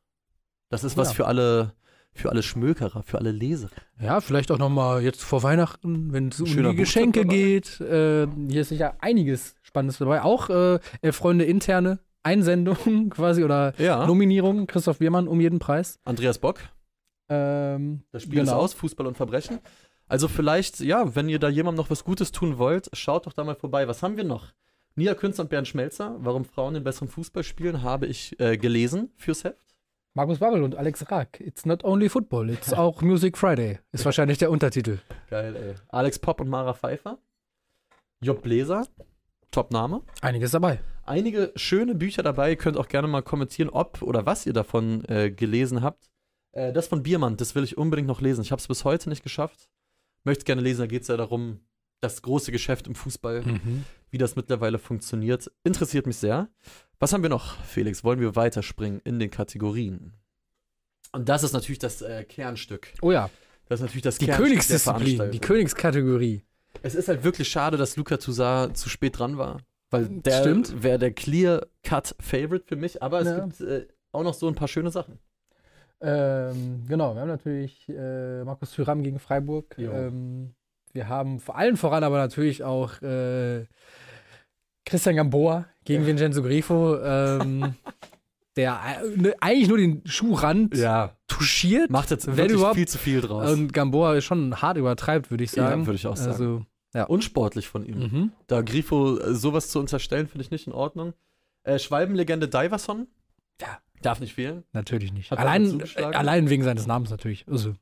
[SPEAKER 2] Das ist was
[SPEAKER 1] Ja.
[SPEAKER 2] für alle für alle Schmökerer, für alle Leser.
[SPEAKER 1] Ja, vielleicht auch nochmal jetzt vor Weihnachten, wenn es um
[SPEAKER 2] Schöner
[SPEAKER 1] die
[SPEAKER 2] Buchtipp
[SPEAKER 1] Geschenke
[SPEAKER 2] dabei.
[SPEAKER 1] geht. Äh, hier ist sicher einiges Spannendes dabei. Auch äh, Elf Freunde interne Einsendungen quasi oder
[SPEAKER 2] Ja.
[SPEAKER 1] Nominierungen. Christoph Biermann um jeden Preis.
[SPEAKER 2] Andreas Bock,
[SPEAKER 1] Ähm,
[SPEAKER 2] das Spiel ist aus, Fußball und Verbrechen. Also vielleicht, ja, wenn ihr da jemandem noch was Gutes tun wollt, schaut doch da mal vorbei. Was haben wir noch? Nia Künstler und Bernd Schmelzer, warum Frauen den besseren Fußball spielen, habe ich äh, gelesen fürs Heft.
[SPEAKER 1] Markus Babbel und Alex Rack. It's not only football, it's auch Music Friday. Ist wahrscheinlich der Untertitel.
[SPEAKER 2] Geil, ey. Alex Popp und Mara Pfeiffer. Job Bläser. Top-Name.
[SPEAKER 1] Einiges dabei.
[SPEAKER 2] Einige schöne Bücher dabei. Ihr könnt auch gerne mal kommentieren, ob oder was ihr davon äh, gelesen habt. Äh, das von Biermann, das will ich unbedingt noch lesen. Ich habe es bis heute nicht geschafft. Möchte es gerne lesen. Da geht es ja darum, das große Geschäft im Fußball, wie das mittlerweile funktioniert. Interessiert mich sehr. Was haben wir noch, Felix? Wollen wir weiterspringen in den Kategorien? Und das ist natürlich das äh, Kernstück.
[SPEAKER 1] Oh ja,
[SPEAKER 2] Das ist natürlich das
[SPEAKER 1] die
[SPEAKER 2] Kernstück der
[SPEAKER 1] Königsdisziplin, die
[SPEAKER 2] Veranstaltung.
[SPEAKER 1] Königskategorie.
[SPEAKER 2] Es ist halt wirklich schade, dass Luca Toussaint zu spät dran war. Weil der
[SPEAKER 1] Stimmt.
[SPEAKER 2] wäre der Clear-Cut-Favorite für mich. Aber es
[SPEAKER 1] Ja.
[SPEAKER 2] gibt äh, auch noch so ein paar schöne Sachen.
[SPEAKER 1] Ähm, genau, wir haben natürlich äh, Markus Thüram gegen Freiburg.
[SPEAKER 2] Jo.
[SPEAKER 1] Ähm, wir haben vor allem voran aber natürlich auch äh, Christian Gamboa gegen Vincenzo Grifo, ähm, der äh, ne, eigentlich nur den Schuhrand
[SPEAKER 2] Ja.
[SPEAKER 1] touchiert.
[SPEAKER 2] Macht jetzt
[SPEAKER 1] Wenn
[SPEAKER 2] wirklich
[SPEAKER 1] überhaupt.
[SPEAKER 2] viel zu viel draus.
[SPEAKER 1] Und Gamboa ist schon hart übertreibt, würde ich
[SPEAKER 2] Ja,
[SPEAKER 1] sagen.
[SPEAKER 2] würde ich auch sagen.
[SPEAKER 1] Also Ja.
[SPEAKER 2] Unsportlich von ihm.
[SPEAKER 1] Mhm.
[SPEAKER 2] Da Grifo äh, sowas zu unterstellen, finde ich nicht in Ordnung. Äh, Schwalbenlegende Diverson.
[SPEAKER 1] Ja.
[SPEAKER 2] Darf nicht fehlen.
[SPEAKER 1] Natürlich nicht.
[SPEAKER 2] Hat er dazu
[SPEAKER 1] Allein, äh,
[SPEAKER 2] geschlagen?
[SPEAKER 1] allein wegen seines Namens natürlich. Also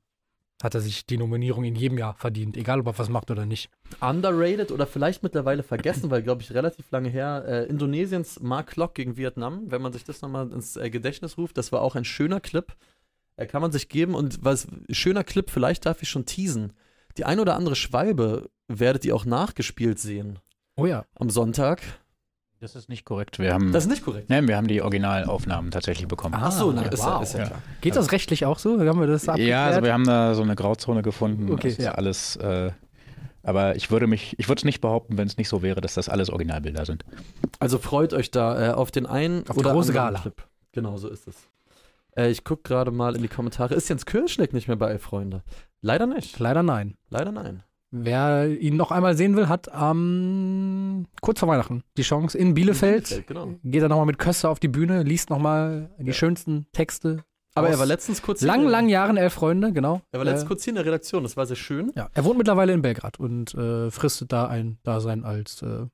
[SPEAKER 1] hat er sich die Nominierung in jedem Jahr verdient, egal ob er was macht oder nicht.
[SPEAKER 2] Underrated oder vielleicht mittlerweile vergessen, weil, glaube ich, relativ lange her, äh, Indonesiens Mark Locke gegen Vietnam, wenn man sich das nochmal ins äh, Gedächtnis ruft, das war auch ein schöner Clip. Äh, kann man sich geben und was schöner Clip, vielleicht darf ich schon teasen. Die ein oder andere Schwalbe werdet ihr auch nachgespielt sehen
[SPEAKER 1] Oh ja.
[SPEAKER 2] am Sonntag.
[SPEAKER 5] Das ist nicht korrekt. Wir haben,
[SPEAKER 2] Das ist nicht korrekt.
[SPEAKER 5] nein, wir haben die Originalaufnahmen tatsächlich bekommen.
[SPEAKER 1] Ah,
[SPEAKER 2] Achso, na,
[SPEAKER 1] ja,
[SPEAKER 2] ist, ja,
[SPEAKER 1] wow.
[SPEAKER 2] ist ja
[SPEAKER 5] Ja.
[SPEAKER 2] klar.
[SPEAKER 1] Geht das rechtlich auch so? Haben wir das
[SPEAKER 5] Ja, also
[SPEAKER 1] abgeklärt?
[SPEAKER 5] wir haben da so eine Grauzone gefunden.
[SPEAKER 1] Okay,
[SPEAKER 5] das ist
[SPEAKER 1] ja.
[SPEAKER 5] alles. Äh, aber ich würde mich, ich würde es nicht behaupten, wenn es nicht so wäre, dass das alles Originalbilder sind.
[SPEAKER 2] Also freut euch da äh, auf den einen
[SPEAKER 1] Auf die
[SPEAKER 2] oder
[SPEAKER 1] große
[SPEAKER 2] anderen
[SPEAKER 1] Gala.
[SPEAKER 2] Clip. Genau, so ist es. Äh, ich gucke gerade mal in die Kommentare. Ist Jens Kirschneck nicht mehr bei Freunde? Leider nicht.
[SPEAKER 1] Leider nein.
[SPEAKER 2] Leider nein.
[SPEAKER 1] Wer ihn noch einmal sehen will, hat am kurz vor Weihnachten die Chance in Bielefeld.
[SPEAKER 2] genau.
[SPEAKER 1] Geht er nochmal mit Köster auf die Bühne, liest nochmal die
[SPEAKER 2] Ja.
[SPEAKER 1] schönsten Texte.
[SPEAKER 2] Aber
[SPEAKER 1] aus
[SPEAKER 2] er war letztens kurz
[SPEAKER 1] Lang,
[SPEAKER 2] hier,
[SPEAKER 1] lang Jahren elf Freunde, genau.
[SPEAKER 2] Er war letztens
[SPEAKER 1] Äh,
[SPEAKER 2] kurz hier in der Redaktion, das war sehr schön.
[SPEAKER 1] Ja, er wohnt mittlerweile in Belgrad und äh, fristet da ein Dasein als äh,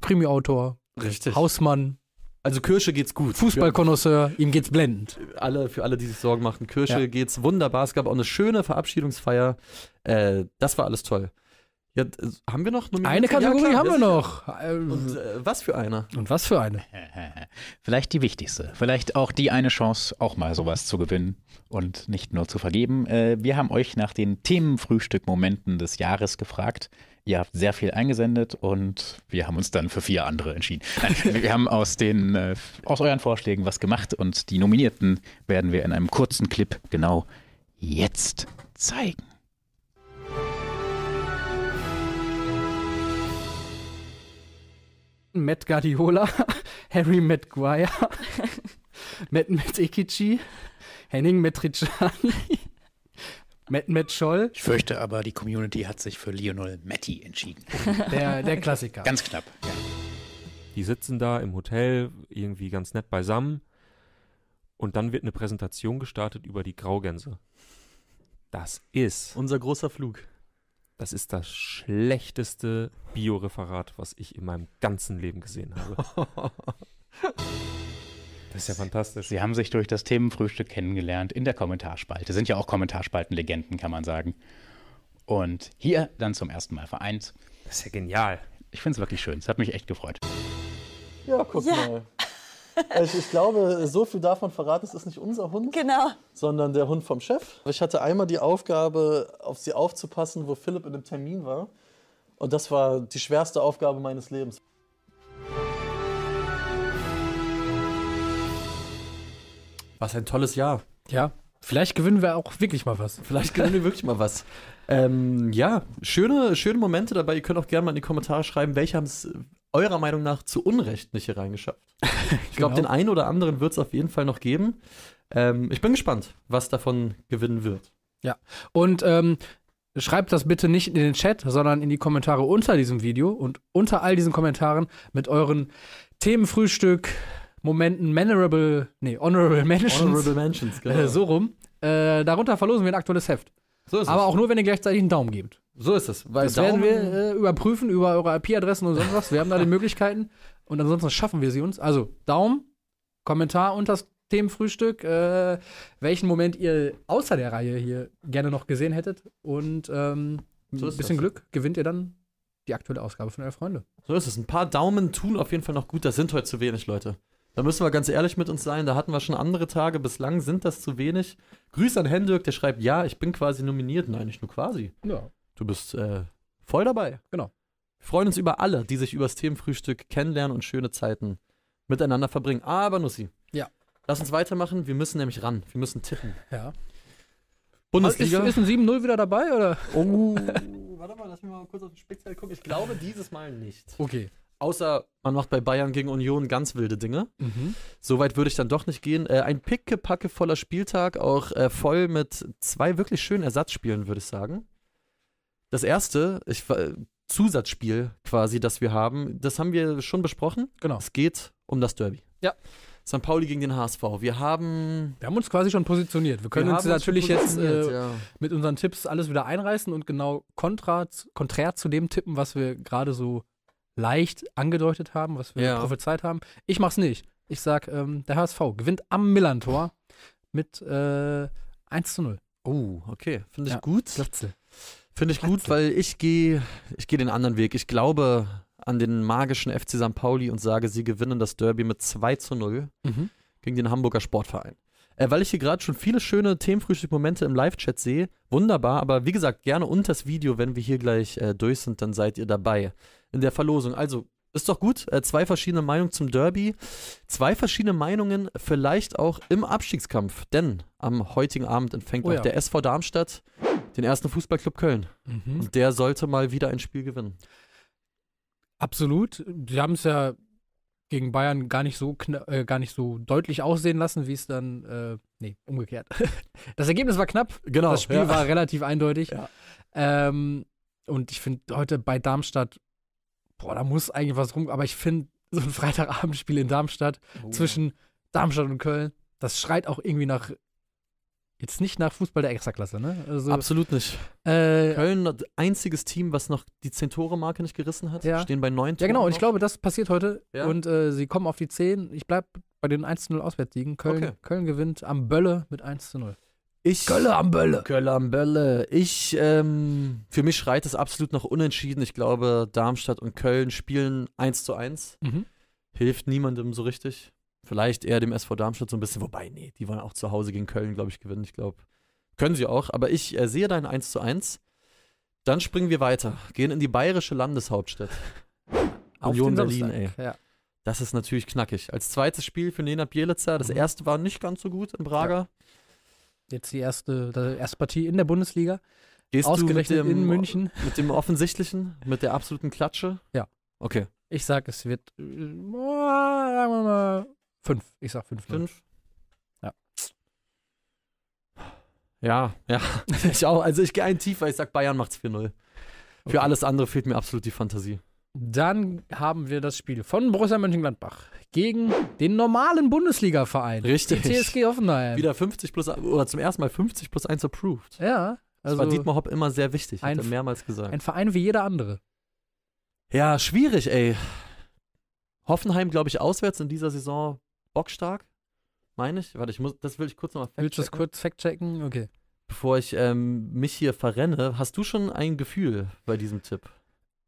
[SPEAKER 1] Krimi-Autor,
[SPEAKER 2] Richtig.
[SPEAKER 1] Hausmann,
[SPEAKER 2] Also Kirsche geht's gut.
[SPEAKER 1] Fußballkonnoisseur, ihm geht's blendend.
[SPEAKER 2] Für alle, für alle, die sich Sorgen machen. Kirsche
[SPEAKER 1] Ja.
[SPEAKER 2] geht's wunderbar. Es gab auch eine schöne Verabschiedungsfeier. Äh, das war alles toll. Ja, d- haben wir noch Nominierungen?
[SPEAKER 1] Eine Kategorie
[SPEAKER 2] Ja, klar,
[SPEAKER 1] haben wir
[SPEAKER 2] sicher.
[SPEAKER 1] noch. Äh,
[SPEAKER 2] Und, äh, was für eine?
[SPEAKER 1] und was für eine?
[SPEAKER 5] Vielleicht die wichtigste. Vielleicht auch die eine Chance, auch mal sowas zu gewinnen und nicht nur zu vergeben. Äh, wir haben euch nach den Themenfrühstück-Momenten des Jahres gefragt. Ihr habt sehr viel eingesendet und wir haben uns dann für vier andere entschieden. Nein, wir haben aus, den, äh, aus euren Vorschlägen was gemacht und die Nominierten werden wir in einem kurzen Clip genau jetzt zeigen.
[SPEAKER 1] Matt Guardiola, Harry Maguire, Matt Mettekici, Henning Metriciani, Matt Matt Scholl,
[SPEAKER 5] Ich fürchte aber, die Community hat sich für Lionel Matty entschieden.
[SPEAKER 1] der, der Klassiker.
[SPEAKER 5] Ganz knapp.
[SPEAKER 6] Die sitzen da im Hotel irgendwie ganz nett beisammen und dann wird eine Präsentation gestartet über die Graugänse. Das ist,
[SPEAKER 2] Unser großer Flug.
[SPEAKER 6] das ist das schlechteste Bioreferat, was ich in meinem ganzen Leben gesehen habe. Das ist ja fantastisch.
[SPEAKER 5] Sie haben sich durch das Themenfrühstück kennengelernt in der Kommentarspalte. Sind ja auch Kommentarspaltenlegenden, kann man sagen. Und hier dann zum ersten Mal vereint.
[SPEAKER 6] Das ist ja genial.
[SPEAKER 5] Ich finde es wirklich schön. Es hat mich echt gefreut.
[SPEAKER 2] Ja, guck mal. Ich, ich glaube, so viel davon verraten, es ist nicht unser Hund,
[SPEAKER 7] Genau.
[SPEAKER 2] sondern der Hund vom Chef. Ich hatte einmal die Aufgabe, auf sie aufzupassen, wo Philipp in einem Termin war. Und das war die schwerste Aufgabe meines Lebens. Was ein tolles Jahr.
[SPEAKER 1] Ja, vielleicht gewinnen wir auch wirklich mal was.
[SPEAKER 2] Vielleicht gewinnen wir wirklich mal was. Ähm, ja, schöne, schöne Momente dabei. Ihr könnt auch gerne mal in die Kommentare schreiben, welche haben es eurer Meinung nach zu Unrecht nicht hier reingeschafft. Ich glaube,
[SPEAKER 1] Genau.
[SPEAKER 2] den einen oder anderen wird es auf jeden Fall noch geben. Ähm, ich bin gespannt, was davon gewinnen wird.
[SPEAKER 1] Und ähm, schreibt das bitte nicht in den Chat, sondern in die Kommentare unter diesem Video und unter all diesen Kommentaren mit euren Themenfrühstück, Momenten, Manorable, nee, Honorable Mentions,
[SPEAKER 2] Mentions, genau.
[SPEAKER 1] äh, so rum. Äh, darunter verlosen wir ein aktuelles Heft.
[SPEAKER 2] so, ist
[SPEAKER 1] Aber
[SPEAKER 2] es.
[SPEAKER 1] auch nur, wenn ihr gleichzeitig einen Daumen gebt.
[SPEAKER 2] so ist es. Weil
[SPEAKER 1] Das werden wir äh, überprüfen über eure IP-Adressen und sonst was. Wir haben da die Möglichkeiten. Und ansonsten schaffen wir sie uns. Also Daumen, Kommentar unter das Themenfrühstück, äh, welchen Moment ihr außer der Reihe hier gerne noch gesehen hättet. Und ähm, ein
[SPEAKER 2] So ist
[SPEAKER 1] bisschen
[SPEAKER 2] das.
[SPEAKER 1] Glück gewinnt ihr dann die aktuelle Ausgabe von Elf Freunde.
[SPEAKER 2] so ist es. Ein paar Daumen tun auf jeden Fall noch gut. Das sind heute zu wenig, Leute. Da müssen wir ganz ehrlich mit uns sein. Da hatten wir schon andere Tage. Bislang sind das zu wenig. Grüße an Hendrik, der schreibt, ja, ich bin quasi nominiert. Nein, nicht nur quasi.
[SPEAKER 1] Ja.
[SPEAKER 2] Du bist äh, voll dabei.
[SPEAKER 1] Genau.
[SPEAKER 2] Wir freuen uns über alle, die sich übers Themenfrühstück kennenlernen und schöne Zeiten miteinander verbringen. Aber Nussi.
[SPEAKER 1] Ja.
[SPEAKER 2] Lass uns weitermachen. Wir müssen nämlich ran. Wir müssen tippen.
[SPEAKER 1] ja. Ist, ist
[SPEAKER 2] Bundesliga.
[SPEAKER 1] ein 7-0 wieder dabei? Oder?
[SPEAKER 2] oh. Warte mal, lass mich mal kurz auf den Spickzettel gucken. Ich glaube dieses Mal nicht.
[SPEAKER 1] Okay.
[SPEAKER 2] Außer man macht bei Bayern gegen Union ganz wilde Dinge.
[SPEAKER 1] Mhm.
[SPEAKER 2] So weit würde ich dann doch nicht gehen. Äh, ein pickepacke voller Spieltag, auch äh, voll mit zwei wirklich schönen Ersatzspielen, würde ich sagen. Das erste, ich, äh, wa- Zusatzspiel quasi, das wir haben, das haben wir schon besprochen.
[SPEAKER 1] Genau.
[SPEAKER 2] Es geht um das Derby.
[SPEAKER 1] Ja.
[SPEAKER 2] St. Pauli gegen den HSV. Wir haben.
[SPEAKER 1] Wir haben uns quasi schon positioniert. Wir können
[SPEAKER 2] wir
[SPEAKER 1] uns
[SPEAKER 2] haben
[SPEAKER 1] natürlich
[SPEAKER 2] schon
[SPEAKER 1] jetzt
[SPEAKER 2] positioniert,
[SPEAKER 1] äh,
[SPEAKER 2] ja.
[SPEAKER 1] mit unseren Tipps alles wieder einreißen und genau kontra, konträr zu dem tippen, was wir gerade so leicht angedeutet haben, was wir
[SPEAKER 2] Ja.
[SPEAKER 1] prophezeit haben. Ich mach's nicht. Ich sag, ähm, der HSV gewinnt am Millantor mit äh, 1 zu 0.
[SPEAKER 2] Oh, okay. Finde ich
[SPEAKER 1] Ja.
[SPEAKER 2] gut.
[SPEAKER 1] Platze.
[SPEAKER 2] Finde ich gut,
[SPEAKER 1] Platze.
[SPEAKER 2] weil ich gehe ich gehe den anderen Weg. Ich glaube an den magischen FC St. Pauli und sage, sie gewinnen das Derby mit 2 zu 0
[SPEAKER 1] Mhm.
[SPEAKER 2] gegen den Hamburger Sportverein. Äh, weil ich hier gerade schon viele schöne Themenfrühstück-Momente im Live-Chat sehe. Wunderbar, aber wie gesagt, gerne unter das Video, wenn wir hier gleich äh, durch sind, dann seid ihr dabei in der Verlosung. Also, ist doch gut. Äh, zwei verschiedene Meinungen zum Derby. Zwei verschiedene Meinungen vielleicht auch im Abstiegskampf. Denn am heutigen Abend empfängt
[SPEAKER 1] Oh
[SPEAKER 2] auch
[SPEAKER 1] ja.
[SPEAKER 2] der SV Darmstadt den ersten Fußballclub Köln.
[SPEAKER 1] Mhm.
[SPEAKER 2] Und der sollte mal wieder ein Spiel gewinnen.
[SPEAKER 1] Absolut. Sie haben es ja gegen Bayern gar nicht so kna- äh, gar nicht so deutlich aussehen lassen, wie es dann äh, nee umgekehrt. Das Ergebnis war knapp.
[SPEAKER 2] Genau.
[SPEAKER 1] das Spiel war relativ eindeutig.
[SPEAKER 2] Ja.
[SPEAKER 1] Ähm, und ich finde heute bei Darmstadt, boah, da muss eigentlich was rum. Aber ich finde so ein Freitagabendspiel in Darmstadt
[SPEAKER 2] Oh
[SPEAKER 1] Oh zwischen Darmstadt und Köln, das schreit auch irgendwie nach jetzt nicht nach Fußball der Extraklasse, ne? Also,
[SPEAKER 2] Absolut nicht.
[SPEAKER 1] äh,
[SPEAKER 2] Köln, das einziges Team, was noch die 10-Tore-Marke nicht gerissen hat,
[SPEAKER 1] Ja.
[SPEAKER 2] stehen bei 9
[SPEAKER 1] Ja, genau. Und ich glaube, das passiert heute.
[SPEAKER 2] Ja.
[SPEAKER 1] Und äh, sie kommen auf die 10. Ich bleibe bei den 1-0 Auswärtssiegen. Köln,
[SPEAKER 2] Okay.
[SPEAKER 1] Köln gewinnt am Bölle mit 1-0.
[SPEAKER 2] ich,
[SPEAKER 1] am Bölle.
[SPEAKER 2] Köln am Bälle. Ich, ähm, für mich schreit es absolut nach unentschieden. Ich glaube, Darmstadt und Köln spielen 1 zu 1.
[SPEAKER 1] Mhm.
[SPEAKER 2] Hilft niemandem so richtig. Vielleicht eher dem SV Darmstadt so ein bisschen. Wobei, nee, die wollen auch zu Hause gegen Köln, glaube ich, gewinnen. Ich glaube, können sie auch. Aber ich äh, sehe dein 1 zu 1. Dann springen wir weiter. Gehen in die bayerische Landeshauptstadt. Union Berlin, ey.
[SPEAKER 1] Ja.
[SPEAKER 2] Das ist natürlich knackig. Als zweites Spiel für Nenad Bielica.
[SPEAKER 1] Mhm.
[SPEAKER 2] Das erste war nicht ganz so gut in Braga.
[SPEAKER 1] Jetzt die erste, die erste Partie in der Bundesliga.
[SPEAKER 2] Gehst
[SPEAKER 1] Ausgerechnet
[SPEAKER 2] du mit dem,
[SPEAKER 1] in München.
[SPEAKER 2] Mit dem offensichtlichen, mit der absoluten Klatsche?
[SPEAKER 1] Ja.
[SPEAKER 2] Okay.
[SPEAKER 1] Ich sag, es wird, äh, boah, sagen wir mal, 5. Ich sag 5.
[SPEAKER 2] Fünf.
[SPEAKER 1] Ja.
[SPEAKER 2] Ja, ja. ich auch. Also ich gehe ein tief, weil ich sag, Bayern macht's 4-0. Für alles andere fehlt mir absolut die Fantasie.
[SPEAKER 1] Dann haben wir das Spiel von Borussia Mönchengladbach gegen den normalen Bundesliga-Verein.
[SPEAKER 2] Richtig.
[SPEAKER 1] Die TSG Hoffenheim.
[SPEAKER 2] Wieder 50 plus, oder zum ersten Mal 50 plus 1 approved.
[SPEAKER 1] Ähm. Ja,
[SPEAKER 2] Das
[SPEAKER 1] also
[SPEAKER 2] war Dietmar Hopp immer sehr wichtig, hat
[SPEAKER 1] ein
[SPEAKER 2] er
[SPEAKER 1] F-
[SPEAKER 2] mehrmals gesagt.
[SPEAKER 1] ein Verein wie jeder andere.
[SPEAKER 2] Ja, schwierig, ey. Hoffenheim, glaube ich, auswärts in dieser Saison bockstark, meine ich. Warte, ich muss, das will ich kurz nochmal
[SPEAKER 1] Willst du das kurz fact-checken? Okay.
[SPEAKER 2] Bevor ich ähm, mich hier verrenne, hast du schon ein Gefühl bei diesem Tipp?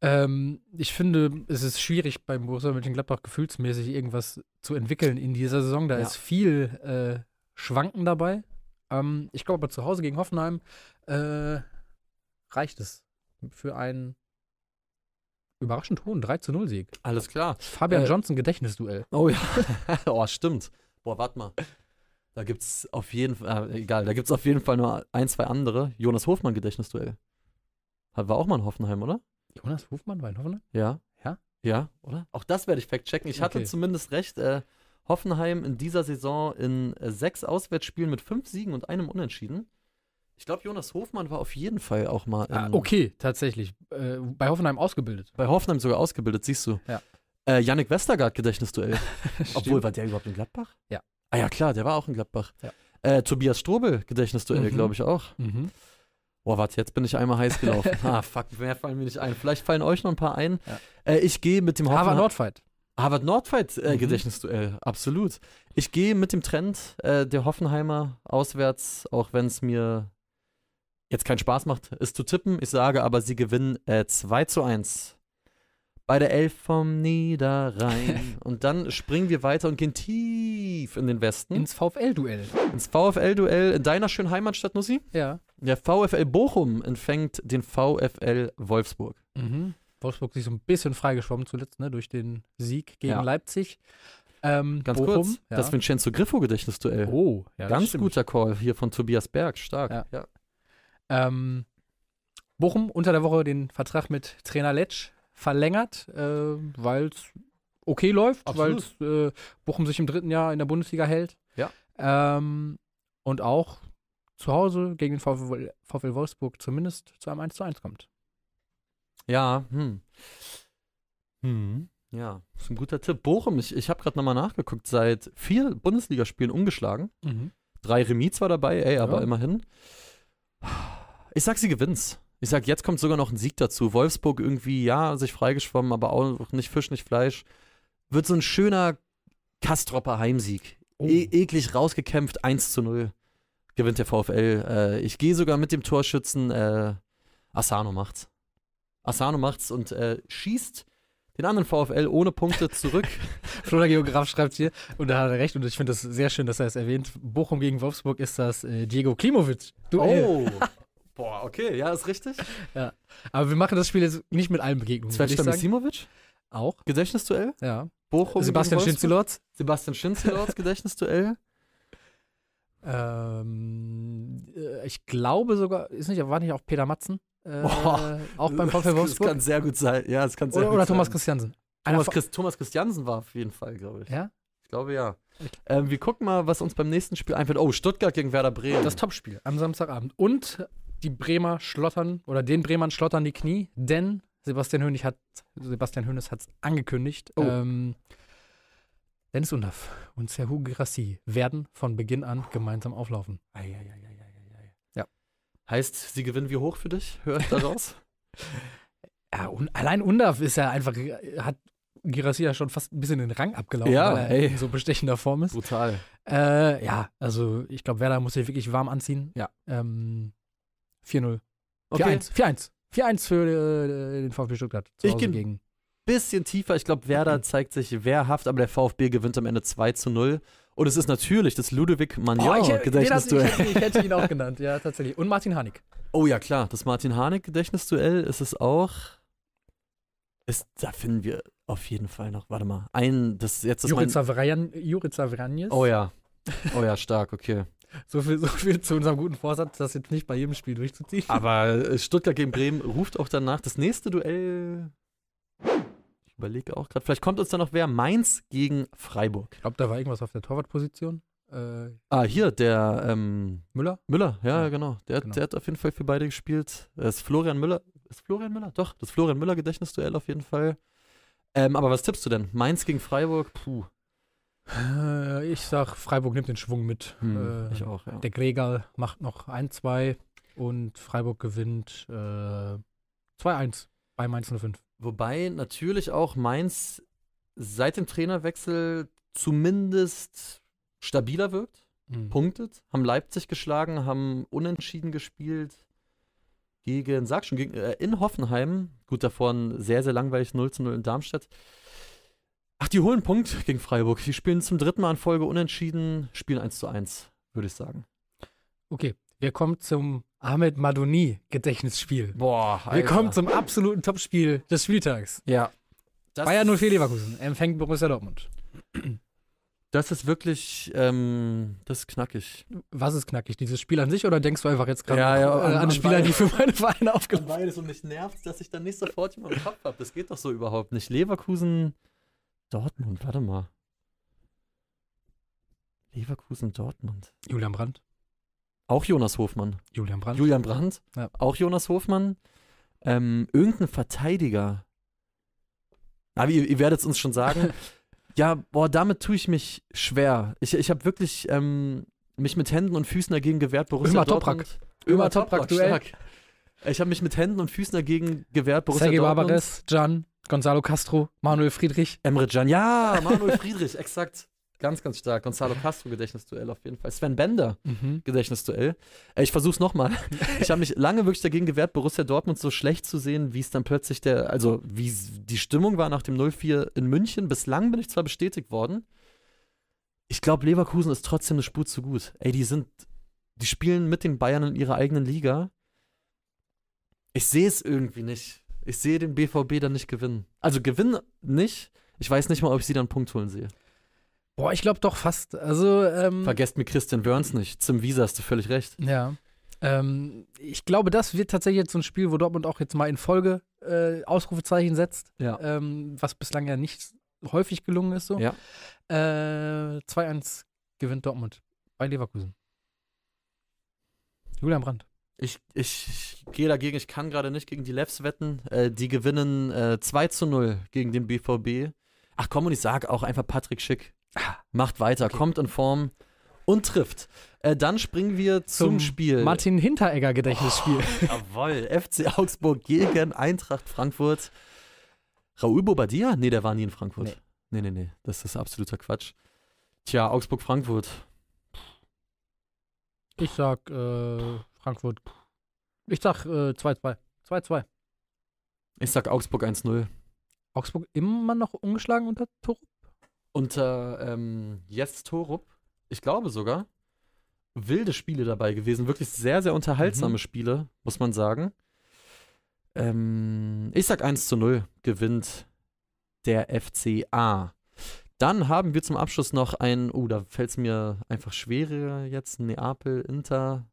[SPEAKER 1] Ähm, ich finde, es ist schwierig beim Borussia Mönchengladbach gefühlsmäßig irgendwas zu entwickeln in dieser Saison. Da
[SPEAKER 2] Ja.
[SPEAKER 1] ist viel äh, Schwanken dabei. Ähm, ich glaube aber zu Hause gegen Hoffenheim äh, reicht es für einen überraschend hohen 3 0 Sieg.
[SPEAKER 2] Alles klar.
[SPEAKER 1] Fabian
[SPEAKER 2] Äh,
[SPEAKER 1] Johnson Gedächtnisduell.
[SPEAKER 2] Oh ja. oh, stimmt. Boah, warte mal. Da gibt's auf jeden Fall, äh, egal, da gibt's auf jeden Fall nur ein, zwei andere. Jonas Hofmann Gedächtnisduell. Hat- War auch mal in Hoffenheim, oder?
[SPEAKER 1] Jonas Hofmann war in Hoffenheim?
[SPEAKER 2] Ja.
[SPEAKER 1] Ja?
[SPEAKER 2] Ja, oder? Auch das werde ich fact-checken. Ich hatte
[SPEAKER 1] Okay.
[SPEAKER 2] zumindest recht. Äh, Hoffenheim in dieser Saison in äh, sechs Auswärtsspielen mit fünf Siegen und einem Unentschieden. Ich glaube, Jonas Hofmann war auf jeden Fall auch mal in,
[SPEAKER 1] Ah, okay, tatsächlich. Äh, bei Hoffenheim ausgebildet.
[SPEAKER 2] bei Hoffenheim sogar ausgebildet, siehst du.
[SPEAKER 1] Ja.
[SPEAKER 2] Äh, Yannick Westergaard Gedächtnisduell. Obwohl,
[SPEAKER 1] Stimmt.
[SPEAKER 2] war der überhaupt in Gladbach?
[SPEAKER 1] Ja.
[SPEAKER 2] Ah ja, klar, der war auch in Gladbach.
[SPEAKER 1] Ja.
[SPEAKER 2] Äh, Tobias Strobel Gedächtnisduell,
[SPEAKER 1] Mhm.
[SPEAKER 2] glaube ich auch.
[SPEAKER 1] Mhm.
[SPEAKER 2] Boah, warte, jetzt bin ich einmal heiß gelaufen. ah, fuck, mehr fallen mir nicht ein. Vielleicht fallen euch noch ein paar ein.
[SPEAKER 1] Ja.
[SPEAKER 2] Äh, ich gehe mit dem
[SPEAKER 1] Harvard
[SPEAKER 2] Hoffenheim.
[SPEAKER 1] Nordfight.
[SPEAKER 2] Harvard Nordfight äh,
[SPEAKER 1] Mhm.
[SPEAKER 2] Gedächtnisduell, absolut. Ich gehe mit dem Trend äh, der Hoffenheimer auswärts, auch wenn es mir jetzt keinen Spaß macht, es zu tippen. Ich sage aber, sie gewinnen äh, 2 zu 1. Bei der Elf vom Niederrhein. und dann springen wir weiter und gehen tief in den Westen.
[SPEAKER 1] Ins VfL-Duell.
[SPEAKER 2] ins VfL-Duell in deiner schönen Heimatstadt, Nussi.
[SPEAKER 1] Ja.
[SPEAKER 2] Der VfL Bochum empfängt den VfL Wolfsburg.
[SPEAKER 1] Mhm. Wolfsburg sich so ein bisschen freigeschwommen zuletzt, ne, durch den Sieg gegen
[SPEAKER 2] Ja.
[SPEAKER 1] Leipzig. Ähm,
[SPEAKER 2] Ganz
[SPEAKER 1] Bochum,
[SPEAKER 2] kurz,
[SPEAKER 1] ja.
[SPEAKER 2] das Vincenzo Griffo-Gedächtnisduell.
[SPEAKER 1] Oh, ja, das
[SPEAKER 2] Ganz
[SPEAKER 1] stimmt.
[SPEAKER 2] guter Call hier von Tobias Berg, stark.
[SPEAKER 1] Ja.
[SPEAKER 2] Ja.
[SPEAKER 1] Ähm, Bochum unter der Woche den Vertrag mit Trainer Letsch verlängert, äh, weil es okay läuft, weil
[SPEAKER 2] Absolut.
[SPEAKER 1] äh, Bochum sich im dritten Jahr in der Bundesliga hält.
[SPEAKER 2] Ja.
[SPEAKER 1] Ähm, und auch zu Hause gegen den VfL, VfL Wolfsburg zumindest zu einem 1 zu 1 kommt.
[SPEAKER 2] Ja, hm. Hm. Ja, ist ein guter Tipp. Bochum, ich, ich habe gerade nochmal nachgeguckt, seit vier Bundesligaspielen umgeschlagen.
[SPEAKER 1] Mhm.
[SPEAKER 2] Drei Remis zwar dabei, ey, aber
[SPEAKER 1] Ja.
[SPEAKER 2] immerhin. Ich sag, sie gewinnt's. Ich sag, jetzt kommt sogar noch ein Sieg dazu. Wolfsburg irgendwie, ja, sich freigeschwommen, aber auch nicht Fisch, nicht Fleisch. Wird so ein schöner Kastropper Heimsieg. E eklig rausgekämpft, 1 zu 0. Gewinnt der VfL. Äh, ich gehe sogar mit dem Torschützen. Äh, Asano macht's. Asano macht's und äh, schießt den anderen VfL ohne Punkte zurück.
[SPEAKER 1] Flora Geograf schreibt hier, und da hat er recht, und ich finde das sehr schön, dass er es erwähnt. Bochum gegen Wolfsburg ist das äh, Diego Klimovic.
[SPEAKER 2] Oh.
[SPEAKER 1] äh, Duell.
[SPEAKER 2] Boah, okay, ja, ist richtig.
[SPEAKER 1] Aber wir machen das Spiel jetzt nicht mit allen Begegnungen. würd
[SPEAKER 2] Sven
[SPEAKER 1] ich sagen.
[SPEAKER 2] Stamissimovic,
[SPEAKER 1] Auch,
[SPEAKER 2] Gedächtnisduell.
[SPEAKER 1] ja.
[SPEAKER 2] Bochum
[SPEAKER 1] Sebastian
[SPEAKER 2] gegen Wolfsburg.
[SPEAKER 1] Schinzelotz.
[SPEAKER 2] Sebastian Schinzelords Gedächtnisduell.
[SPEAKER 1] Ähm, äh, ich glaube sogar, ist nicht, war nicht auch Peter Matzen? Äh,
[SPEAKER 2] Boah.
[SPEAKER 1] auch beim VfL
[SPEAKER 2] Das kann
[SPEAKER 1] Wolfsburg?
[SPEAKER 2] sehr gut sein. Ja, es kann sehr
[SPEAKER 1] Oder,
[SPEAKER 2] gut
[SPEAKER 1] oder
[SPEAKER 2] sein.
[SPEAKER 1] Thomas Christiansen? Einer
[SPEAKER 2] Thomas,
[SPEAKER 1] von-
[SPEAKER 2] Christ Thomas Christiansen war auf jeden Fall, glaube ich.
[SPEAKER 1] Ja?
[SPEAKER 2] Ich glaube ja.
[SPEAKER 1] Okay.
[SPEAKER 2] Ähm, wir gucken mal, was uns beim nächsten Spiel einfällt. Oh, Stuttgart gegen Werder Bremen.
[SPEAKER 1] Das Topspiel am Samstagabend. Und die Bremer schlottern oder den Bremern schlottern die Knie, denn Sebastian Hönig hat Sebastian Hönes hat es angekündigt.
[SPEAKER 2] Oh.
[SPEAKER 1] Ähm, Dennis Undaff und Serhu Girassi werden von Beginn an gemeinsam auflaufen.
[SPEAKER 2] Ja. Heißt, sie gewinnen wie hoch für dich? Höre ich daraus?
[SPEAKER 1] Ja, und allein Undaff ist ja einfach, hat Girassi ja schon fast ein bisschen den Rang abgelaufen,
[SPEAKER 2] Ja,
[SPEAKER 1] weil er
[SPEAKER 2] ey.
[SPEAKER 1] in so bestechender Form ist.
[SPEAKER 2] Brutal.
[SPEAKER 1] Äh, ja, also ich glaube, Werder muss sich wirklich warm anziehen.
[SPEAKER 2] Ja.
[SPEAKER 1] Ähm, 4-0.
[SPEAKER 2] Okay.
[SPEAKER 1] 4-1. 4-1. 4-1 für äh, den VfB Stuttgart. Zu
[SPEAKER 2] Ich
[SPEAKER 1] Hause
[SPEAKER 2] geb-
[SPEAKER 1] gegen.
[SPEAKER 2] bisschen tiefer. Ich glaube,
[SPEAKER 1] Mhm.
[SPEAKER 2] Werder zeigt sich wehrhaft, aber der VfB gewinnt am Ende 2 zu 0. Und es ist natürlich das Ludwig
[SPEAKER 1] Boah,
[SPEAKER 2] Magnon
[SPEAKER 1] hätte- den hast-
[SPEAKER 2] Gedächtnisduell.
[SPEAKER 1] Ah, Oh, ich hätte- ich hätte ihn auch genannt, ja, tatsächlich. Und Martin Hanik.
[SPEAKER 2] Oh ja, klar, das Martin Harnik Gedächtnisduell ist es auch. Ist, da finden wir auf jeden Fall noch, warte mal, ein, das jetzt ist mein,
[SPEAKER 1] Jurica Vran- Jurica Vranjes.
[SPEAKER 2] Oh ja. Oh ja, stark, okay.
[SPEAKER 1] so, viel, so viel zu unserem guten Vorsatz, das jetzt nicht bei jedem Spiel durchzuziehen.
[SPEAKER 2] Aber äh, Stuttgart gegen Bremen ruft auch danach das nächste Duell. Ich überlege auch gerade, vielleicht kommt uns da noch wer Mainz gegen Freiburg.
[SPEAKER 1] Ich glaube, da war irgendwas auf der Torwartposition. Äh,
[SPEAKER 2] Ah, hier, der ähm,
[SPEAKER 1] Müller?
[SPEAKER 2] Müller, ja,
[SPEAKER 1] Ja,
[SPEAKER 2] genau. Der, hat-
[SPEAKER 1] genau.
[SPEAKER 2] der hat auf jeden Fall für beide gespielt. Das ist Florian Müller. Ist Florian Müller? Doch, das Florian Müller Gedächtnisduell auf jeden Fall. Ähm, aber was tippst du denn? Mainz gegen Freiburg? Puh.
[SPEAKER 1] Äh, ich sag, Freiburg nimmt den Schwung mit. äh,
[SPEAKER 2] hm, ich auch, ja.
[SPEAKER 1] Der Gregal macht noch 1-2 und Freiburg gewinnt äh, 2-1 bei Mainz 05.
[SPEAKER 2] Wobei natürlich auch Mainz seit dem Trainerwechsel zumindest stabiler wirkt,
[SPEAKER 1] Mhm.
[SPEAKER 2] punktet, haben Leipzig geschlagen, haben unentschieden gespielt gegen, sag schon, gegen, äh, in Hoffenheim. Gut, davor ein sehr, sehr langweilig 0 zu 0 in Darmstadt. Ach, die holen einen Punkt gegen Freiburg. Die spielen zum dritten Mal in Folge unentschieden, spielen 1 zu 1, würde ich sagen.
[SPEAKER 1] Okay, wir kommen zum Ahmed Madoni Gedächtnisspiel.
[SPEAKER 2] Boah,
[SPEAKER 1] Wir kommen zum absoluten Topspiel des Spieltags.
[SPEAKER 2] ja.
[SPEAKER 1] Bayern 04 Leverkusen empfängt Borussia Dortmund.
[SPEAKER 2] Das ist wirklich, ähm, das ist knackig.
[SPEAKER 1] Was ist knackig, dieses Spiel an sich oder denkst du einfach jetzt gerade
[SPEAKER 2] Ja, ja,
[SPEAKER 1] äh,
[SPEAKER 2] an-
[SPEAKER 1] an,
[SPEAKER 2] an
[SPEAKER 1] Spieler,
[SPEAKER 2] Bayern.
[SPEAKER 1] die für meine Vereine aufgelaufen
[SPEAKER 2] beides und mich nervt, dass ich dann nicht sofort jemanden im Kopf habe. Das geht doch so überhaupt nicht. Leverkusen, Dortmund, warte mal. Leverkusen, Dortmund.
[SPEAKER 1] sind? Julian Brandt.
[SPEAKER 2] Auch Jonas Hofmann.
[SPEAKER 1] Julian Brandt.
[SPEAKER 2] Julian Brandt,
[SPEAKER 1] Ja.
[SPEAKER 2] auch Jonas Hofmann. Ähm, irgendein Verteidiger. Aber ihr, ihr werdet es uns schon sagen. ja, boah, damit tue ich mich schwer. Ich, ich habe wirklich ähm, mich mit Händen und Füßen dagegen gewehrt. Borussia
[SPEAKER 1] Ömer Toprak.
[SPEAKER 2] Dortmund.
[SPEAKER 1] Ömer Toprak, Duell.
[SPEAKER 2] stark. Ich habe mich mit Händen und Füßen dagegen gewehrt. Borussia
[SPEAKER 1] Sergei
[SPEAKER 2] Dortmund.
[SPEAKER 1] Barbares, Can, Gonzalo Castro, Manuel Friedrich.
[SPEAKER 2] Emre Can. Ja, Manuel Friedrich, exakt. Ganz, ganz stark. Gonzalo Castro, Gedächtnisduell auf jeden Fall. Sven Bender.
[SPEAKER 1] Mhm.
[SPEAKER 2] Gedächtnisduell. Äh, ich versuch's nochmal. Ich habe mich lange wirklich dagegen gewehrt, Borussia Dortmund so schlecht zu sehen, wie es dann plötzlich der, also wie s- die Stimmung war nach dem 0-4 in München. Bislang bin ich zwar bestätigt worden. Ich glaube, Leverkusen ist trotzdem eine Spur zu gut. Ey, die sind, die spielen mit den Bayern in ihrer eigenen Liga. Ich sehe es irgendwie nicht. Ich sehe den BVB dann nicht gewinnen. Also gewinnen nicht. Ich weiß nicht mal, ob ich sie dann einen Punkt holen sehe.
[SPEAKER 1] Boah, ich glaube doch fast. Also, ähm,
[SPEAKER 2] Vergesst mir Christian Wörns nicht. Zum Visa hast du völlig recht.
[SPEAKER 1] Ja. Ähm, ich glaube, das wird tatsächlich jetzt so ein Spiel, wo Dortmund auch jetzt mal in Folge äh, Ausrufezeichen setzt,
[SPEAKER 2] Ja.
[SPEAKER 1] ähm, was bislang ja nicht häufig gelungen ist. So.
[SPEAKER 2] Ja.
[SPEAKER 1] Äh, 2-1 gewinnt Dortmund bei Leverkusen. Julian Brandt.
[SPEAKER 2] Ich, ich gehe dagegen, ich kann gerade nicht gegen die Levs wetten. Äh, die gewinnen äh, 2 zu 0 gegen den BVB. Ach komm, und ich sag auch einfach Patrick Schick. Macht weiter, kommt in Form und trifft. Äh, dann springen wir zum, Spiel. Oh,
[SPEAKER 1] Martin Hinteregger Gedächtnisspiel.
[SPEAKER 2] Jawoll, FC Augsburg gegen Eintracht Frankfurt. Raoul Bobadilla? Nee, der war nie in Frankfurt. Nee, nee, nee, das ist absoluter Quatsch. Tja, Augsburg-Frankfurt.
[SPEAKER 1] Ich sag äh, Frankfurt. Ich sag äh, 2-2. 2-2.
[SPEAKER 2] Ich sag Augsburg 1-0.
[SPEAKER 1] Augsburg immer noch ungeschlagen unter Torup?
[SPEAKER 2] Unter ähm, Jess Torup, ich glaube sogar, wilde Spiele dabei gewesen. Wirklich sehr, sehr unterhaltsame
[SPEAKER 1] Mhm.
[SPEAKER 2] Spiele, muss man sagen. Ähm, ich sag 1 zu 0 gewinnt der FCA. Dann haben wir zum Abschluss noch ein, oh, da fällt es mir einfach schwerer jetzt, Neapel, Inter.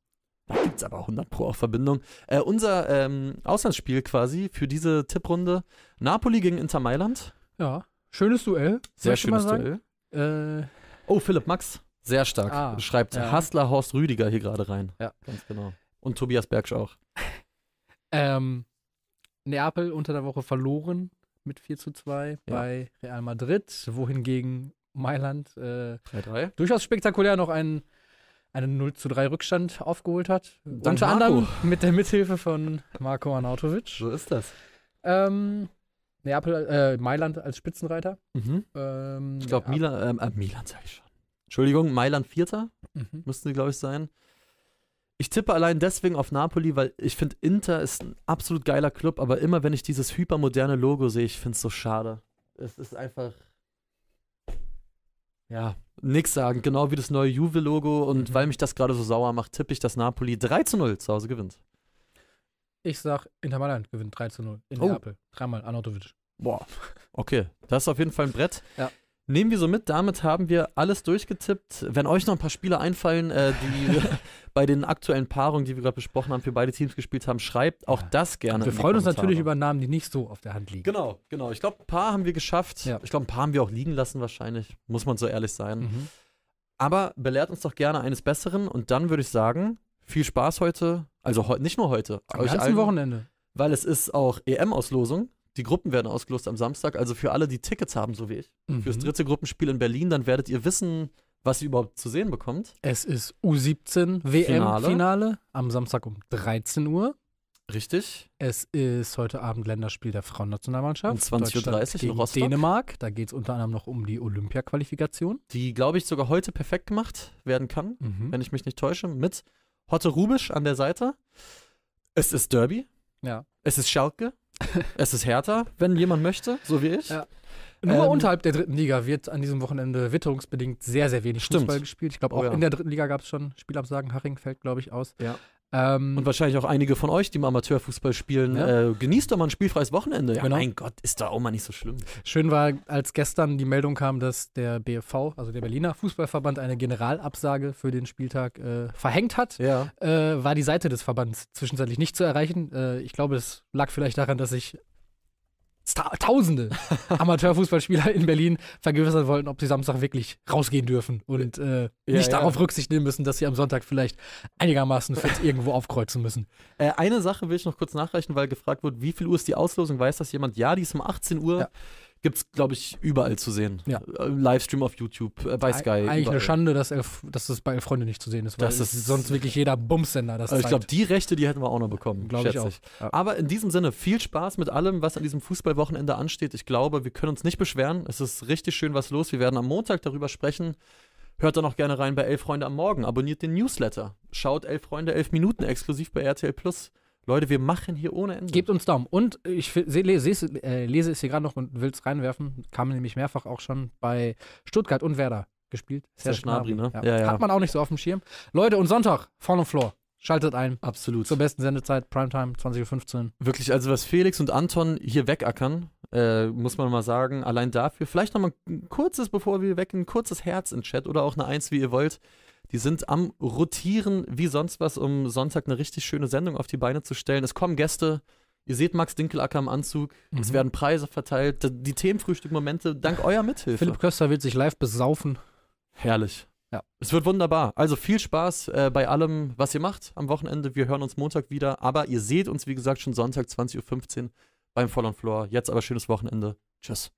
[SPEAKER 2] Da gibt es aber 100 Pro auch Verbindung. Äh, unser ähm, Auslandsspiel quasi für diese Tipprunde. Napoli gegen Inter Mailand.
[SPEAKER 1] Ja. Schönes Duell.
[SPEAKER 2] Sehr
[SPEAKER 1] möchte ich mal
[SPEAKER 2] schönes
[SPEAKER 1] sagen.
[SPEAKER 2] Duell.
[SPEAKER 1] Äh,
[SPEAKER 2] Oh, Philipp Max. Sehr stark.
[SPEAKER 1] Ah,
[SPEAKER 2] Schreibt
[SPEAKER 1] ja.
[SPEAKER 2] Hassler Horst Rüdiger hier gerade rein.
[SPEAKER 1] Ja.
[SPEAKER 2] ganz genau. Und Tobias Bergsch auch.
[SPEAKER 1] Ähm, Neapel unter der Woche verloren mit 4 zu 2 bei Real Madrid, wohingegen Mailand äh,
[SPEAKER 2] 3-3.
[SPEAKER 1] durchaus spektakulär noch einen, einen 0 zu 3 Rückstand aufgeholt hat.
[SPEAKER 2] Dank
[SPEAKER 1] unter
[SPEAKER 2] Marco.
[SPEAKER 1] anderem mit der Mithilfe von Marco Arnautovic.
[SPEAKER 2] So ist das.
[SPEAKER 1] Ähm, Neapel, äh, Mailand als Spitzenreiter. Ähm,
[SPEAKER 2] Mhm. Ich glaube,
[SPEAKER 1] ja.
[SPEAKER 2] Milan, ähm, äh, Milan sag ich schon. Entschuldigung, Mailand Vierter
[SPEAKER 1] Mhm.
[SPEAKER 2] müssten sie, glaube ich, sein. Ich tippe allein deswegen auf Napoli, weil ich finde, Inter ist ein absolut geiler Club, aber immer wenn ich dieses hypermoderne Logo sehe, ich finde es so schade. Es ist einfach. Ja, nix sagen. Genau wie das neue Juve-Logo. Und
[SPEAKER 1] Mhm.
[SPEAKER 2] weil mich das gerade so sauer macht, tippe ich, dass Napoli 3 zu 0 zu Hause gewinnt.
[SPEAKER 1] Ich sag, Inter Mailand gewinnt 3 zu 0 in
[SPEAKER 2] Oh.
[SPEAKER 1] Neapel. Dreimal Arnautovic.
[SPEAKER 2] Boah. Okay, das ist auf jeden Fall ein Brett.
[SPEAKER 1] Ja.
[SPEAKER 2] Nehmen wir so mit, damit haben wir alles durchgetippt. Wenn euch noch ein paar Spiele einfallen, äh, die bei den aktuellen Paarungen, die wir gerade besprochen haben, für beide Teams gespielt haben, schreibt auch
[SPEAKER 1] Ja.
[SPEAKER 2] das gerne.
[SPEAKER 1] Wir
[SPEAKER 2] in die
[SPEAKER 1] freuen uns
[SPEAKER 2] Kommentare.
[SPEAKER 1] natürlich über Namen, die nicht so auf der Hand liegen.
[SPEAKER 2] Genau, genau. Ich glaube, ein paar haben wir geschafft.
[SPEAKER 1] Ja.
[SPEAKER 2] Ich glaube, ein paar haben wir auch liegen lassen wahrscheinlich. Muss man so ehrlich sein.
[SPEAKER 1] Mhm.
[SPEAKER 2] Aber belehrt uns doch gerne eines Besseren und dann würde ich sagen, viel Spaß heute. Also heu nicht nur heute,
[SPEAKER 1] Am ganzen Wochenende.
[SPEAKER 2] weil es ist auch EM-Auslosung. Die Gruppen werden ausgelost am Samstag. Also für alle, die Tickets haben, so wie ich, fürs
[SPEAKER 1] Mhm.
[SPEAKER 2] dritte Gruppenspiel in Berlin, dann werdet ihr wissen, was ihr überhaupt zu sehen bekommt.
[SPEAKER 1] Es ist U17 WM-Finale am Samstag um 13 Uhr.
[SPEAKER 2] Richtig.
[SPEAKER 1] Es ist heute Abend Länderspiel der Frauennationalmannschaft.
[SPEAKER 2] Um 20:30 Uhr
[SPEAKER 1] Deutschland
[SPEAKER 2] in
[SPEAKER 1] gegen
[SPEAKER 2] Rostock.
[SPEAKER 1] Dänemark. Da geht es unter anderem noch um die Olympia-Qualifikation.
[SPEAKER 2] Die, glaube ich, sogar heute perfekt gemacht werden kann,
[SPEAKER 1] Mhm.
[SPEAKER 2] wenn ich mich nicht täusche, mit Hotte Rubisch an der Seite. Es ist Derby.
[SPEAKER 1] Ja.
[SPEAKER 2] Es ist Schalke. es ist Hertha, wenn jemand möchte, so wie ich.
[SPEAKER 1] Ja. Nur
[SPEAKER 2] Ähm,
[SPEAKER 1] unterhalb der dritten Liga wird an diesem Wochenende witterungsbedingt sehr, sehr wenig
[SPEAKER 2] Stimmt.
[SPEAKER 1] Fußball gespielt. Ich glaube, auch
[SPEAKER 2] Oh ja.
[SPEAKER 1] in der dritten Liga gab es schon Spielabsagen. Haring fällt, glaube ich, aus.
[SPEAKER 2] Ja.
[SPEAKER 1] Ähm,
[SPEAKER 2] Und wahrscheinlich auch einige von euch, die im Amateurfußball spielen,
[SPEAKER 1] Ja.
[SPEAKER 2] äh, genießt doch mal ein spielfreies Wochenende. Ja,
[SPEAKER 1] Genau.
[SPEAKER 2] Mein Gott, ist da auch mal nicht so schlimm.
[SPEAKER 1] Schön war, als gestern die Meldung kam, dass der BFV, also der Berliner Fußballverband, eine Generalabsage für den Spieltag äh, verhängt hat.
[SPEAKER 2] Ja.
[SPEAKER 1] äh, war die Seite des Verbands zwischenzeitlich nicht zu erreichen. Äh, ich glaube, das lag vielleicht daran, dass sich sta- Tausende Amateurfußballspieler in Berlin vergewissern wollten, ob sie Samstag wirklich rausgehen dürfen und äh,
[SPEAKER 2] Ja,
[SPEAKER 1] nicht
[SPEAKER 2] ja.
[SPEAKER 1] darauf Rücksicht nehmen müssen, dass sie am Sonntag vielleicht einigermaßen fit irgendwo aufkreuzen müssen.
[SPEAKER 2] Äh, eine Sache will ich noch kurz nachreichen, weil gefragt wird, wie viel Uhr ist die Auslosung? Weiß das jemand? Ja, die ist um 18 Uhr.
[SPEAKER 1] Ja.
[SPEAKER 2] Gibt's, glaube ich, überall zu sehen.
[SPEAKER 1] Ja.
[SPEAKER 2] Äh, im Livestream auf YouTube, äh, bei
[SPEAKER 1] Ei-
[SPEAKER 2] Sky.
[SPEAKER 1] Eigentlich
[SPEAKER 2] überall.
[SPEAKER 1] eine Schande, dass, elf, dass das bei Elf Freunde nicht zu sehen ist, weil
[SPEAKER 2] Das
[SPEAKER 1] das
[SPEAKER 2] ist-
[SPEAKER 1] ist sonst wirklich jeder Bumsender das
[SPEAKER 2] Also ich glaube,
[SPEAKER 1] zeigt.
[SPEAKER 2] die Rechte, die hätten wir auch noch bekommen.
[SPEAKER 1] Glaub ich
[SPEAKER 2] schätze
[SPEAKER 1] auch. Ja.
[SPEAKER 2] Aber in diesem Sinne, viel Spaß mit allem, was an diesem Fußballwochenende ansteht. Ich glaube, wir können uns nicht beschweren. Es ist richtig schön was los. Wir werden am Montag darüber sprechen. Hört dann auch gerne rein bei Elf Freunde am Morgen. Abonniert den Newsletter. Schaut Elf Freunde, elf Minuten exklusiv bei RTL Plus. Leute, wir machen hier ohne Ende.
[SPEAKER 1] Gebt uns Daumen. Und ich fi- seh, lese, lese, äh, lese es hier gerade noch und will es reinwerfen. Kam nämlich mehrfach auch schon bei Stuttgart und Werder gespielt.
[SPEAKER 2] Serge Gnabry, ne?
[SPEAKER 1] Ja.
[SPEAKER 2] Ja, ja.
[SPEAKER 1] Hat man auch nicht so auf dem Schirm. Leute, und Sonntag, vorne und Floor. Schaltet ein.
[SPEAKER 2] Absolut.
[SPEAKER 1] Zur besten Sendezeit, Primetime, 20.15 Uhr.
[SPEAKER 2] Wirklich, also was Felix und Anton hier wegackern, äh, muss man mal sagen, allein dafür. Vielleicht nochmal ein kurzes, bevor wir weggehen, ein kurzes Herz in Chat oder auch eine Eins, wie ihr wollt. Die sind am Rotieren wie sonst was, um Sonntag eine richtig schöne Sendung auf die Beine zu stellen. Es kommen Gäste. Ihr seht Max Dinkelacker im Anzug. Es
[SPEAKER 1] Mhm.
[SPEAKER 2] werden Preise verteilt. D- Die Themenfrühstück-Momente dank eurer Mithilfe.
[SPEAKER 1] Philipp Köster wird sich live besaufen.
[SPEAKER 2] Herrlich.
[SPEAKER 1] Ja.
[SPEAKER 2] Es wird wunderbar. Also viel Spaß äh, bei allem, was ihr macht am Wochenende. Wir hören uns Montag wieder. Aber ihr seht uns, wie gesagt, schon Sonntag 20.15 Uhr beim Voll on Floor. Jetzt aber schönes Wochenende. Tschüss.